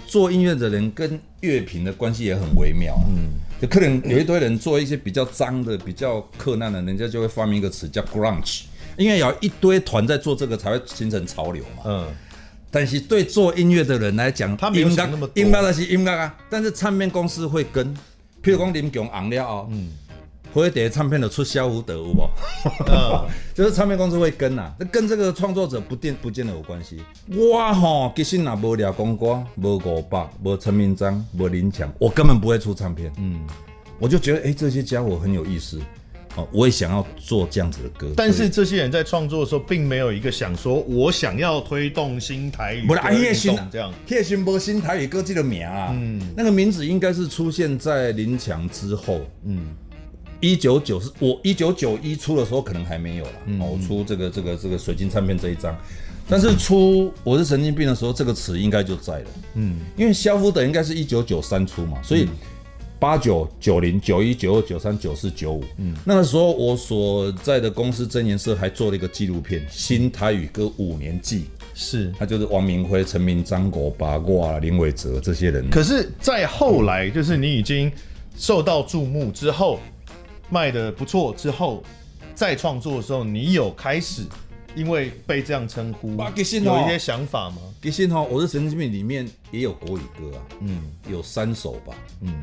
Speaker 2: 做音乐的人跟乐评的关系也很微妙、啊。嗯，就可能有一堆人做一些比较脏的、比较克难的，人家就会发明一个词叫 grunge，因为有一堆团在做这个，才会形成潮流嘛。
Speaker 1: 嗯，
Speaker 2: 但是对做音乐的人来讲，
Speaker 1: 他没有
Speaker 2: 音
Speaker 1: 想
Speaker 2: 乐
Speaker 1: 那么多
Speaker 2: 音乐那是音乐啊，但是唱片公司会跟，譬如讲林强红了哦，嗯，回碟唱片的出萧无德有无？
Speaker 1: 嗯
Speaker 2: 就是唱片公司会跟呐、啊，那跟这个创作者不见不见得有关系。我吼，其实若无聊公歌，无五百，无陈明章，无林强，我根本不会出唱片。嗯，我就觉得哎、诶这些家伙很有意思，哦，我也想要做这样子的歌。
Speaker 1: 但
Speaker 2: 所以
Speaker 1: 是这些人在创作的时候，并没有一个想说我想要推动新台语
Speaker 2: 不
Speaker 1: 歌
Speaker 2: 是啊，叶
Speaker 1: 运
Speaker 2: 勋
Speaker 1: 动这样，，
Speaker 2: 叶勋波新台语歌这个名啊，嗯，那个名字应该是出现在林强之后，嗯，一九九是，我一九九一出的时候可能还没有啦，哦，我出这个这个这个水晶唱片这一张，但是出我是神经病的时候，这个词应该就在了，嗯，因为肖夫德应该是一九九三出嘛，所以。八九九零九一九二九三九四九五，嗯，那个时候我所在的公司真言社还做了一个纪录片《新台语歌五年记》，
Speaker 1: 是。
Speaker 2: 他就是王明辉、陈明、张国八卦、林伟哲这些人。
Speaker 1: 可是，在后来，就是你已经受到注目之后，卖的不错之后，再创作的时候，你有开始因为被这样称呼，
Speaker 2: 哇其实哦
Speaker 1: 有一些想法吗？
Speaker 2: 其实哈，我是神经病里面也有国语歌啊，嗯，有三首吧，嗯。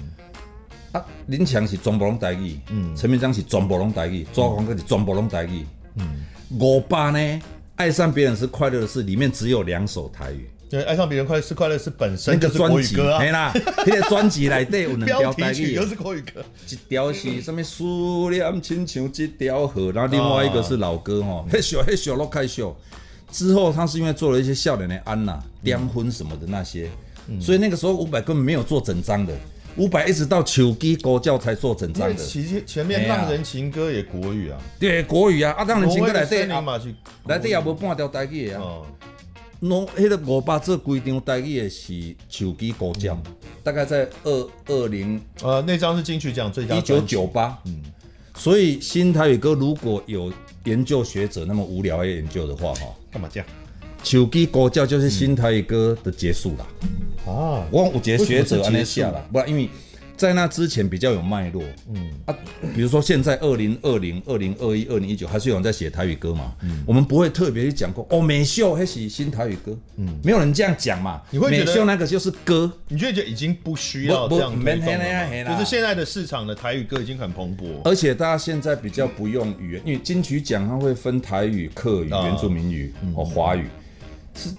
Speaker 2: 啊，林强是全部拢台语，嗯，陈明章是全部拢台语，周华哥是全部拢台语，嗯。五八呢，爱上别人是快乐的事，里面只有两首台语。
Speaker 1: 因为爱上别人快是快乐是本
Speaker 2: 那
Speaker 1: 身
Speaker 2: 个
Speaker 1: 就是
Speaker 2: 专
Speaker 1: 国语
Speaker 2: 辑，
Speaker 1: 歌啊
Speaker 2: 嘿，啦，那个专辑内底有两 条
Speaker 1: 标
Speaker 2: 台
Speaker 1: 题曲
Speaker 2: 语
Speaker 1: 又。是国语歌，
Speaker 2: 一条是什么思念亲像这条河，然后另外一个是老歌
Speaker 1: 哦
Speaker 2: 吼，嘿咻嘿咻落开秀。之后他是因为做了一些笑脸的安娜、点婚什么的那些，
Speaker 1: 嗯
Speaker 2: 所以那个时候伍佰根本没有做整张的，伍佰一直到手机狗叫才做整
Speaker 1: 因
Speaker 2: 张
Speaker 1: 为
Speaker 2: 的。
Speaker 1: 其前面
Speaker 2: 哎呀
Speaker 1: 浪人情歌也国语啊，
Speaker 2: 对国语啊，啊当然情歌来
Speaker 1: 对
Speaker 2: 对
Speaker 1: 你嘛去啊
Speaker 2: 来对也无半条台语的啊。
Speaker 1: 哦，
Speaker 2: 拢迄个五百做规张台语的是手机狗叫，
Speaker 1: 嗯
Speaker 2: 大概在二二零
Speaker 1: 呃，那张是金曲奖最佳
Speaker 2: 一九
Speaker 1: 专辑，
Speaker 2: 九八，嗯，所以新台语歌如果有研究学者那么无聊要研究的话，哈，
Speaker 1: 干嘛这样
Speaker 2: 手机国教就是新台语歌的结束啦。
Speaker 1: 啊？
Speaker 2: 我有一个学者
Speaker 1: 为什么是
Speaker 2: 安尼写啦，不然因为在那之前比较有脉络，嗯啊，比如说现在二零二零、二零二一、二零一九，还是有人在写台语歌嘛，
Speaker 1: 嗯
Speaker 2: 我们不会特别去讲过哦，美秀还是新台语歌，嗯，没有人这样讲嘛，
Speaker 1: 你会觉
Speaker 2: 美
Speaker 1: 得
Speaker 2: 秀那个就是歌，
Speaker 1: 你就觉得已经不需要这
Speaker 2: 不不
Speaker 1: 样推动
Speaker 2: 没那样嘿
Speaker 1: 了
Speaker 2: 啦
Speaker 1: 吗，就是现在的市场的台语歌已经很蓬勃。
Speaker 2: 而且大家现在比较不用语言，因为金曲奖它会分台语、客语、
Speaker 1: 啊
Speaker 2: 原住民语、哦华语。之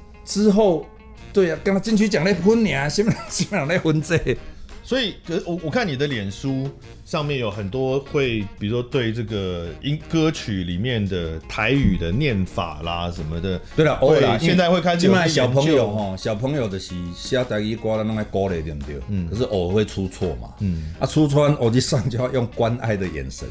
Speaker 2: 之后，对啊，刚刚金曲奖在分你啊，什么什么在分这个
Speaker 1: 所以，可是我我看你的脸书上面有很多会，比如说对这个音歌曲里面的台语的念法啦什么的，
Speaker 2: 对了，偶尔啦
Speaker 1: 会现在会开始
Speaker 2: 因
Speaker 1: 有
Speaker 2: 为现在
Speaker 1: 人
Speaker 2: 小朋
Speaker 1: 研究
Speaker 2: 友吼，小朋友的是写台语歌咱弄来鼓励对不对？
Speaker 1: 嗯
Speaker 2: 可是偶尔会出错嘛。嗯。啊，出错我去上就要用关爱的眼 神，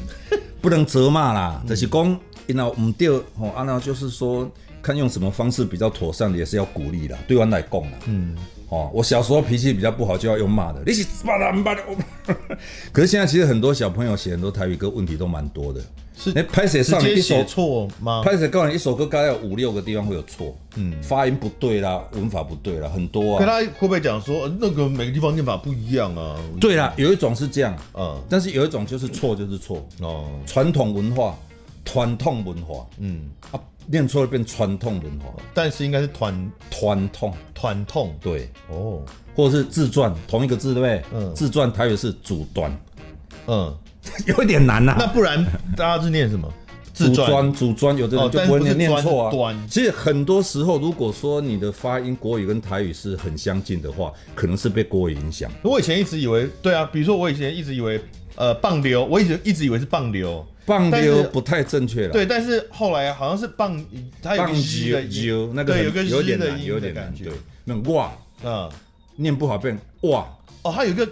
Speaker 2: 不能责骂啦，
Speaker 1: 嗯
Speaker 2: 就是讲，因为唔对吼，啊，那就是说，看用什么方式比较妥善的，也是要鼓励啦，对我来讲啦。嗯。哦，我小时候脾气比较不好，就要用骂的，你是骂人骂的。 我可是现在其实很多小朋友写很多台语歌，问题都蛮多的。
Speaker 1: 是
Speaker 2: 哎，拍写
Speaker 1: 直
Speaker 2: 上
Speaker 1: 接
Speaker 2: 一首
Speaker 1: 写错吗？
Speaker 2: 拍手告诉你，一首歌大概有五六个地方会有错，嗯，发音不对啦，文法不对啦，很多
Speaker 1: 可
Speaker 2: 啊。
Speaker 1: 他会不会讲说呃那个每个地方念法不一样啊？
Speaker 2: 对啦，有一种是这样，
Speaker 1: 嗯
Speaker 2: 但是有一种就是错就是错，
Speaker 1: 哦，
Speaker 2: 传统文化、传统文化，嗯啊，念错了变传统文化，
Speaker 1: 但是应该是团
Speaker 2: 传统
Speaker 1: 团痛
Speaker 2: 对，
Speaker 1: 哦，
Speaker 2: 或者是自传，同一个字对不对？
Speaker 1: 嗯
Speaker 2: 自传 台语是主端，
Speaker 1: 嗯，
Speaker 2: 有一点难啊呐、
Speaker 1: 那不然大家是念什么？自
Speaker 2: 主
Speaker 1: 传
Speaker 2: 专主专有的
Speaker 1: 哦
Speaker 2: 人就
Speaker 1: 但
Speaker 2: 不会
Speaker 1: 不是
Speaker 2: 念念错
Speaker 1: 专是
Speaker 2: 啊
Speaker 1: 端。
Speaker 2: 其实很多时候，如果说你的发音国语跟台语是很相近的话，可能是被国语影响。
Speaker 1: 我以前一直以为，对啊，比如说我以前一直以为，呃，棒流，我一直一直以为是棒流，
Speaker 2: 棒
Speaker 1: 但
Speaker 2: 溜
Speaker 1: 是
Speaker 2: 不太正确了。
Speaker 1: 对，但是后来好像是棒，它有个
Speaker 2: 棒
Speaker 1: “z” 的
Speaker 2: 溜
Speaker 1: 音，
Speaker 2: 那个
Speaker 1: 对，
Speaker 2: 很
Speaker 1: 有个
Speaker 2: 有
Speaker 1: “z”
Speaker 2: 点
Speaker 1: 的
Speaker 2: 难，有
Speaker 1: 音的
Speaker 2: 点难
Speaker 1: 感。觉
Speaker 2: 对，，那哇
Speaker 1: 嗯，
Speaker 2: 念不好变哇，
Speaker 1: 哦，它有一个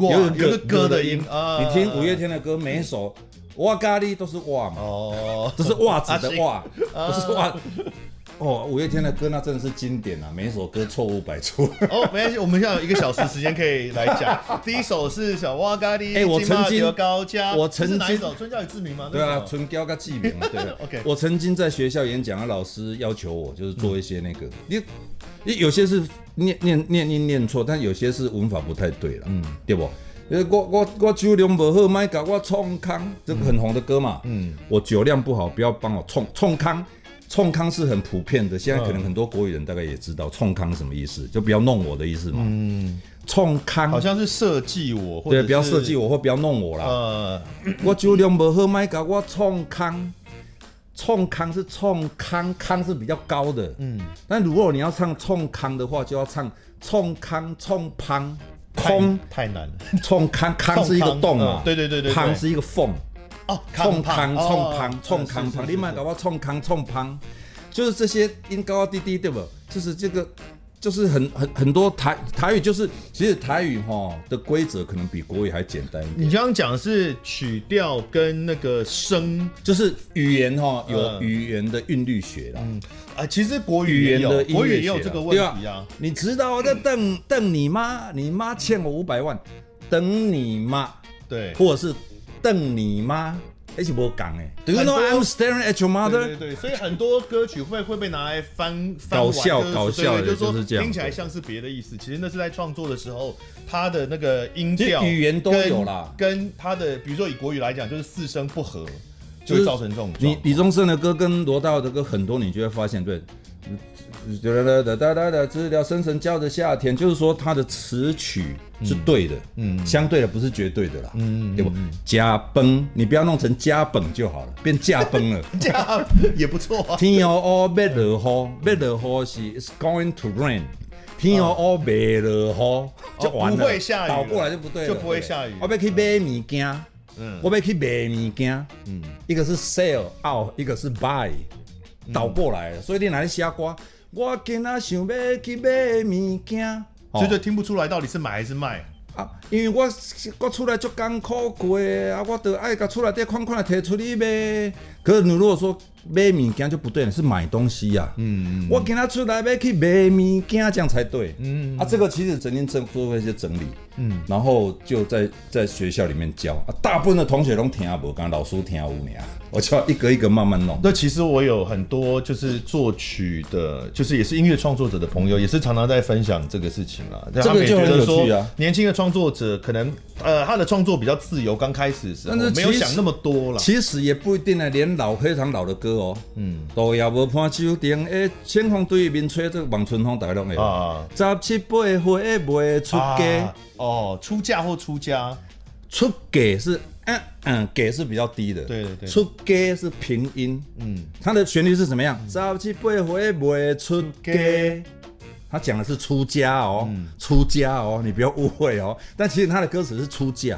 Speaker 1: 哇
Speaker 2: 有
Speaker 1: 有一个歌的音啊，
Speaker 2: 你听五月天的歌，每一首哇咖喱都是哇嘛，
Speaker 1: 哦， 啊
Speaker 2: 都是袜子
Speaker 1: 阿
Speaker 2: 的
Speaker 1: 信
Speaker 2: 哇，不是哇。哦，五月天的歌那真的是经典啊，每一首歌错误百出。
Speaker 1: 哦，没关系，我们现在有一个小时时间可以来 讲。第一首是小蛙咖喱，
Speaker 2: 哎我
Speaker 1: 金马
Speaker 2: 曾经
Speaker 1: 流高加，
Speaker 2: 我曾
Speaker 1: 这是哪一
Speaker 2: 经
Speaker 1: 首？春娇与志明吗？
Speaker 2: 对
Speaker 1: 那
Speaker 2: 啊，
Speaker 1: 首
Speaker 2: 唇膏跟记名啊，对啊
Speaker 1: 哦 OK
Speaker 2: 我曾经在学校演讲啊，老师要求我就是做一些那个，你你有些是念念念音念错，但有些是文法不太对了，嗯，对不？呃，我我我酒量不好，麦搞我冲康，这个很红的歌嘛，嗯，我酒量不好，不要帮我冲冲康。冲康是很普遍的，现在可能很多国语人大概也知道冲康什么意思，就不要弄我的意思嘛。嗯，冲康
Speaker 1: 好像是设计我，或者
Speaker 2: 对，不要设计
Speaker 1: 我。
Speaker 2: 我或不要弄我啦。
Speaker 1: 呃，
Speaker 2: 我酒量不好，卖搞我冲康，冲康是冲康，康是比较高的。嗯，但如果你要唱冲康的话，就要唱冲康冲胖空
Speaker 1: 太太难了。
Speaker 2: 冲康康是一个
Speaker 1: 冲
Speaker 2: 洞
Speaker 1: 康
Speaker 2: 嘛
Speaker 1: 嗯，对对对对对
Speaker 2: 胖是一个缝，
Speaker 1: 哦，
Speaker 2: 冲
Speaker 1: 胖哦
Speaker 2: 康冲胖冲
Speaker 1: 胖
Speaker 2: 康胖，你
Speaker 1: 另外
Speaker 2: 卖搞我冲康冲胖，就是这些音高高低低对不？就是这个。就是很很很多台台语，就是其实台语哈的规则可能比国语还简单一点。
Speaker 1: 你刚刚讲的是曲调跟那个声
Speaker 2: 就是语言哈、有
Speaker 1: 嗯
Speaker 2: 语言的韵律学啦，
Speaker 1: 啊，其实国
Speaker 2: 语
Speaker 1: 语也
Speaker 2: 言
Speaker 1: 有国
Speaker 2: 的，
Speaker 1: 语
Speaker 2: 音乐
Speaker 1: 也
Speaker 2: 学
Speaker 1: 有
Speaker 2: 啦
Speaker 1: 这个
Speaker 2: 对
Speaker 1: 问题啊。
Speaker 2: 你知道我在瞪瞪你妈，你妈欠我五百万，等你妈，
Speaker 1: 对，
Speaker 2: 或者是瞪你妈，而且我讲哎，Do you
Speaker 1: 很多
Speaker 2: know I'm staring at
Speaker 1: 对
Speaker 2: your mother？
Speaker 1: 对对，所以很多歌曲会会被拿来翻翻
Speaker 2: 搞
Speaker 1: 玩
Speaker 2: 笑
Speaker 1: 就是
Speaker 2: 搞笑的
Speaker 1: 对对就
Speaker 2: 就是
Speaker 1: 是说
Speaker 2: 这样
Speaker 1: 听起来像是别的意思，其实那是在创作的时候，他的那个音
Speaker 2: 其实
Speaker 1: 调、
Speaker 2: 语言都
Speaker 1: 跟
Speaker 2: 有啦
Speaker 1: 跟他的比如说以国语来讲，就是四声不合，就
Speaker 2: 就
Speaker 1: 会
Speaker 2: 是
Speaker 1: 造成这种状
Speaker 2: 李
Speaker 1: 况。
Speaker 2: 李宗盛的歌跟罗大佑的歌很多，你就会发现，对，哒哒哒哒哒哒，治疗深沉叫着夏天，就是说它的词曲是对的，嗯，相对的不是绝对的啦，嗯，对不？加崩，你不要弄成加本就好了，变加崩了。
Speaker 1: 这样 也不错啊。
Speaker 2: 天哦哦，要落雨，要落雨是 it's going to rain。天哦哦，没落雨，就完了。
Speaker 1: 哦不会下雨了
Speaker 2: 倒过来就不对了，
Speaker 1: 就不会下雨
Speaker 2: 我要去买物件，
Speaker 1: 嗯
Speaker 2: 我要去卖物件，嗯，一个是 sell out，一个是 buy，倒
Speaker 1: 嗯
Speaker 2: 过来了，所以你哪里瞎瓜？我今仔想要去买物件，
Speaker 1: 所以就听不出来到底是买还是卖。
Speaker 2: 啊，因为我我出来足艰苦过的，啊，我得爱甲厝内底款款摕出去卖。可是你如果说买物件就不对了，是买东西呀、嗯嗯。我今仔出来要去买物件，这样才对。嗯啊，这个其实曾经做做过一些整理，嗯，然后就在在学校里面教，啊、大部分的同学拢听无，刚老师听有尔。我就要一个一个慢慢弄。
Speaker 1: 那其实我有很多就是作曲的，就是也是音乐创作者的朋友，也是常常在分享这个事情啦。
Speaker 2: 个
Speaker 1: 他们也觉得
Speaker 2: 就很有趣
Speaker 1: 说
Speaker 2: 啊，
Speaker 1: 年轻的创作者可能呃他的创作比较自由，刚开始的时候
Speaker 2: 但是
Speaker 1: 没有
Speaker 2: 其实
Speaker 1: 想那么多啦。
Speaker 2: 其实也不一定啊，连老非常老的歌哦，嗯，路也无伴手灯，诶，清风对面吹，这个望春风大家拢会。
Speaker 1: 啊
Speaker 2: 十七八岁未出家，
Speaker 1: 啊哦，出嫁或出家，
Speaker 2: 出给是嗯嗯给是比较低的，
Speaker 1: 对对对
Speaker 2: 出给是平音，嗯，它的旋律是怎么样？十七八岁未出家，他讲的是出家哦，
Speaker 1: 嗯
Speaker 2: 出家哦，你不要误会哦。但其实他的歌词是出嫁，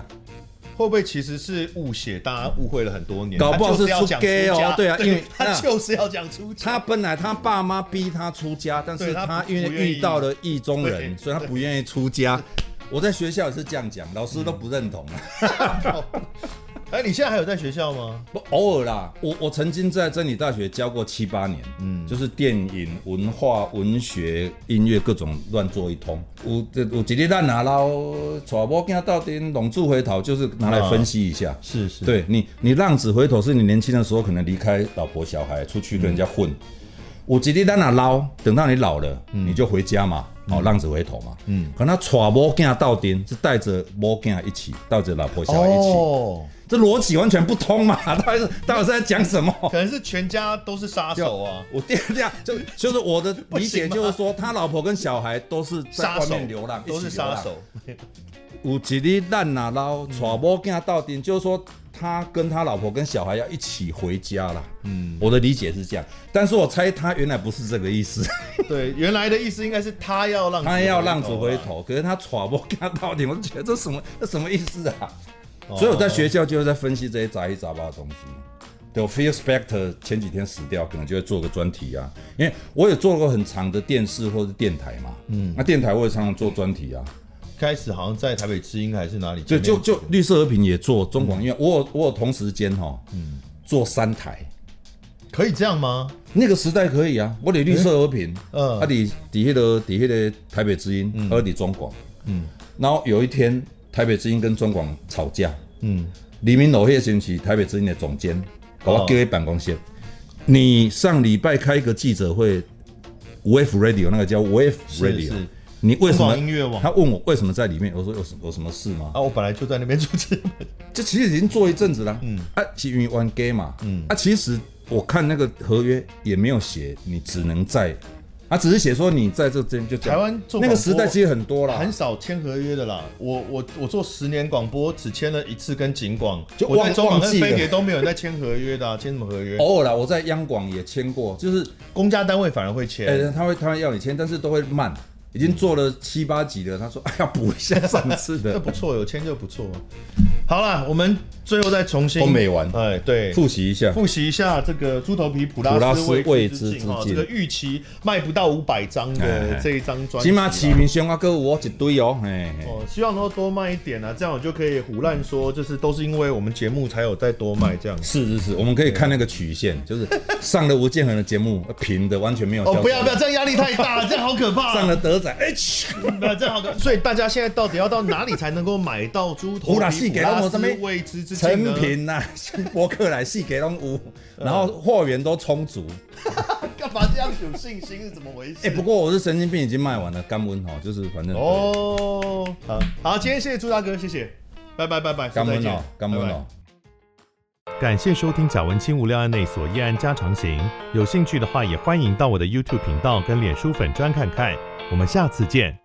Speaker 1: 会不会其实是误写？大家误会了很多年，
Speaker 2: 搞不好
Speaker 1: 他就是是要讲
Speaker 2: 出家哦
Speaker 1: 家
Speaker 2: 对啊因为
Speaker 1: 他就是要讲出家。
Speaker 2: 他本来他爸妈逼他出家，但是
Speaker 1: 对他
Speaker 2: 他
Speaker 1: 不
Speaker 2: 因为
Speaker 1: 不愿意
Speaker 2: 遇到了意中人，
Speaker 1: 对
Speaker 2: 所以他不愿意出家。我在学校也是这样讲，老师都不认同啊。
Speaker 1: 哎，你现在还有在学校吗？
Speaker 2: 不偶尔啦，我我曾经在真理大学教过七八年，嗯，就是电影、文化、文学、音乐各种乱做一通。有这有一日咱拿到娶某囝到顶浪子回头，就是拿来分析一下。
Speaker 1: 是是，
Speaker 2: 对你，你浪子回头是你年轻的时候可能离开老婆小孩出去跟人家混，我吉利在那捞，等到你老了、你就回家嘛，哦，浪子回头嘛。嗯，可能他娶某囝到顶是带着某囝一起，带着老婆小孩一起，
Speaker 1: 哦，
Speaker 2: 这逻辑完全不 通嘛，到底是到底是在讲什么？
Speaker 1: 可能是全家都是杀手啊。
Speaker 2: 我第二样就就是我的
Speaker 1: 不
Speaker 2: 理
Speaker 1: 行
Speaker 2: 解
Speaker 1: 吗
Speaker 2: 就是说，他老婆跟小孩都是在
Speaker 1: 杀
Speaker 2: 外
Speaker 1: 手
Speaker 2: 面流浪，
Speaker 1: 都是
Speaker 2: 一起流
Speaker 1: 杀
Speaker 2: 浪。
Speaker 1: 手，
Speaker 2: 有一日咱若老娶某囝到顶，就是说他跟他老婆跟小孩要一起回家啦。嗯，我的理解是这样，但是我猜他原来不是这个意思，
Speaker 1: 对，原来的意思应该是他要浪，
Speaker 2: 他要浪子回，头，可是 他娶某囝到顶，我就觉得这什么这什么意思啊？
Speaker 1: 哦
Speaker 2: 所以我在学校就是在分析这些杂七杂八的东西。对，我 Phil Spector 前几天死掉，可能就会做个专题啊，因为我也做过很长的电视或是电台嘛，嗯，那电台我也常常做专题啊，
Speaker 1: 开始好像在台北知音还是哪里，
Speaker 2: 就就就绿色和平也做中广，因为我有我有同时间哈，嗯，做三台，
Speaker 1: 可以这样 吗？
Speaker 2: 那个时代可以啊，我得绿色和平，
Speaker 1: 嗯
Speaker 2: 嗯，啊你底下的底下的台北之音，还有你中广，嗯，然后有一天台北之音跟中广吵架，
Speaker 1: 嗯，哦
Speaker 2: 黎明楼迄星期台北之音的总监把我叫去办公室，你上礼拜开一个记者会，Wave Radio 那个叫 Wave
Speaker 1: 是
Speaker 2: Radio，
Speaker 1: 是
Speaker 2: 你为什
Speaker 1: 中
Speaker 2: 么
Speaker 1: 广音乐网
Speaker 2: 他问我为什么在里面，我说有什有什么事吗？
Speaker 1: 啊，我本来就在那边主持，
Speaker 2: 这其实已经做一阵子了，嗯，啊，是因为玩 gay 嘛，嗯，啊，其实我看那个合约也没有写你只能在，啊，只是写说你在这边就这样
Speaker 1: 台湾做
Speaker 2: 那个
Speaker 1: 广播
Speaker 2: 时代其实很多啦，
Speaker 1: 很少签合约的啦。我我我做十年广播，只签了一次跟景广，
Speaker 2: 就
Speaker 1: 我
Speaker 2: 忘
Speaker 1: 在中广
Speaker 2: 忘
Speaker 1: 跟
Speaker 2: 记了哦
Speaker 1: 飞碟都没有人在签合约的、啊，签什么合 约？
Speaker 2: 偶尔啦，我在央广也签过，就是，
Speaker 1: 公家单位反而会
Speaker 2: 哎、
Speaker 1: 签。
Speaker 2: 他会他会要你签，但是都会慢，已经做了七八集了，他说哎呀补一下上次
Speaker 1: 这
Speaker 2: 的，
Speaker 1: 不错，有签就不错。好啦，我们最后再重新
Speaker 2: 都没完
Speaker 1: 哎，对，
Speaker 2: 复习一下，
Speaker 1: 复习一下这个猪头皮普拉
Speaker 2: 普拉
Speaker 1: 斯
Speaker 2: 斯
Speaker 1: 未
Speaker 2: 未
Speaker 1: 知
Speaker 2: 知
Speaker 1: 之
Speaker 2: 之
Speaker 1: 境哦，
Speaker 2: 境
Speaker 1: 这个预期卖不到五百张
Speaker 2: 哎
Speaker 1: 的
Speaker 2: 哎
Speaker 1: 这一张专辑
Speaker 2: 起
Speaker 1: 啊，
Speaker 2: 码起名兄啊，哥我一堆哦，嘿嘿。
Speaker 1: 哦，希望能够多卖一点啊，这样我就可以胡乱说，就是都是因为我们节目才有再多卖这样。
Speaker 2: 是是是，我们可以看那个曲线，就是上了吴建衡的节目，平的完全没有。
Speaker 1: 哦，不要不要，，这样压力太大 了，这样好可怕、
Speaker 2: 上
Speaker 1: 啊。
Speaker 2: 了德仔，哎、嘘
Speaker 1: 不要这样好可怕。所以大家现在到底要到哪里才能够买到猪头皮
Speaker 2: 胡
Speaker 1: 普
Speaker 2: 拉
Speaker 1: 拉
Speaker 2: 西
Speaker 1: 斯
Speaker 2: 给到我这边
Speaker 1: 未知之境
Speaker 2: 成
Speaker 1: 呢？
Speaker 2: 品 呐、像博客来、细给龙屋，
Speaker 1: 嗯
Speaker 2: 然后货源都充足。
Speaker 1: 干嘛这样有信心是怎么回事？
Speaker 2: 哎、不过我是神经病，已经卖完了，干温哦，就是反正哦，
Speaker 1: 哦，好好，今天谢谢朱大哥，谢谢，拜拜拜拜，
Speaker 2: 干
Speaker 1: 再
Speaker 2: 温
Speaker 1: 见
Speaker 2: 哦，干温
Speaker 1: 拜拜
Speaker 2: 哦。
Speaker 3: 感谢收听贾文清无料案内所夜案家常行。有兴趣的话，也欢迎到我的 YouTube 频道跟脸书粉专看看。我们下次见。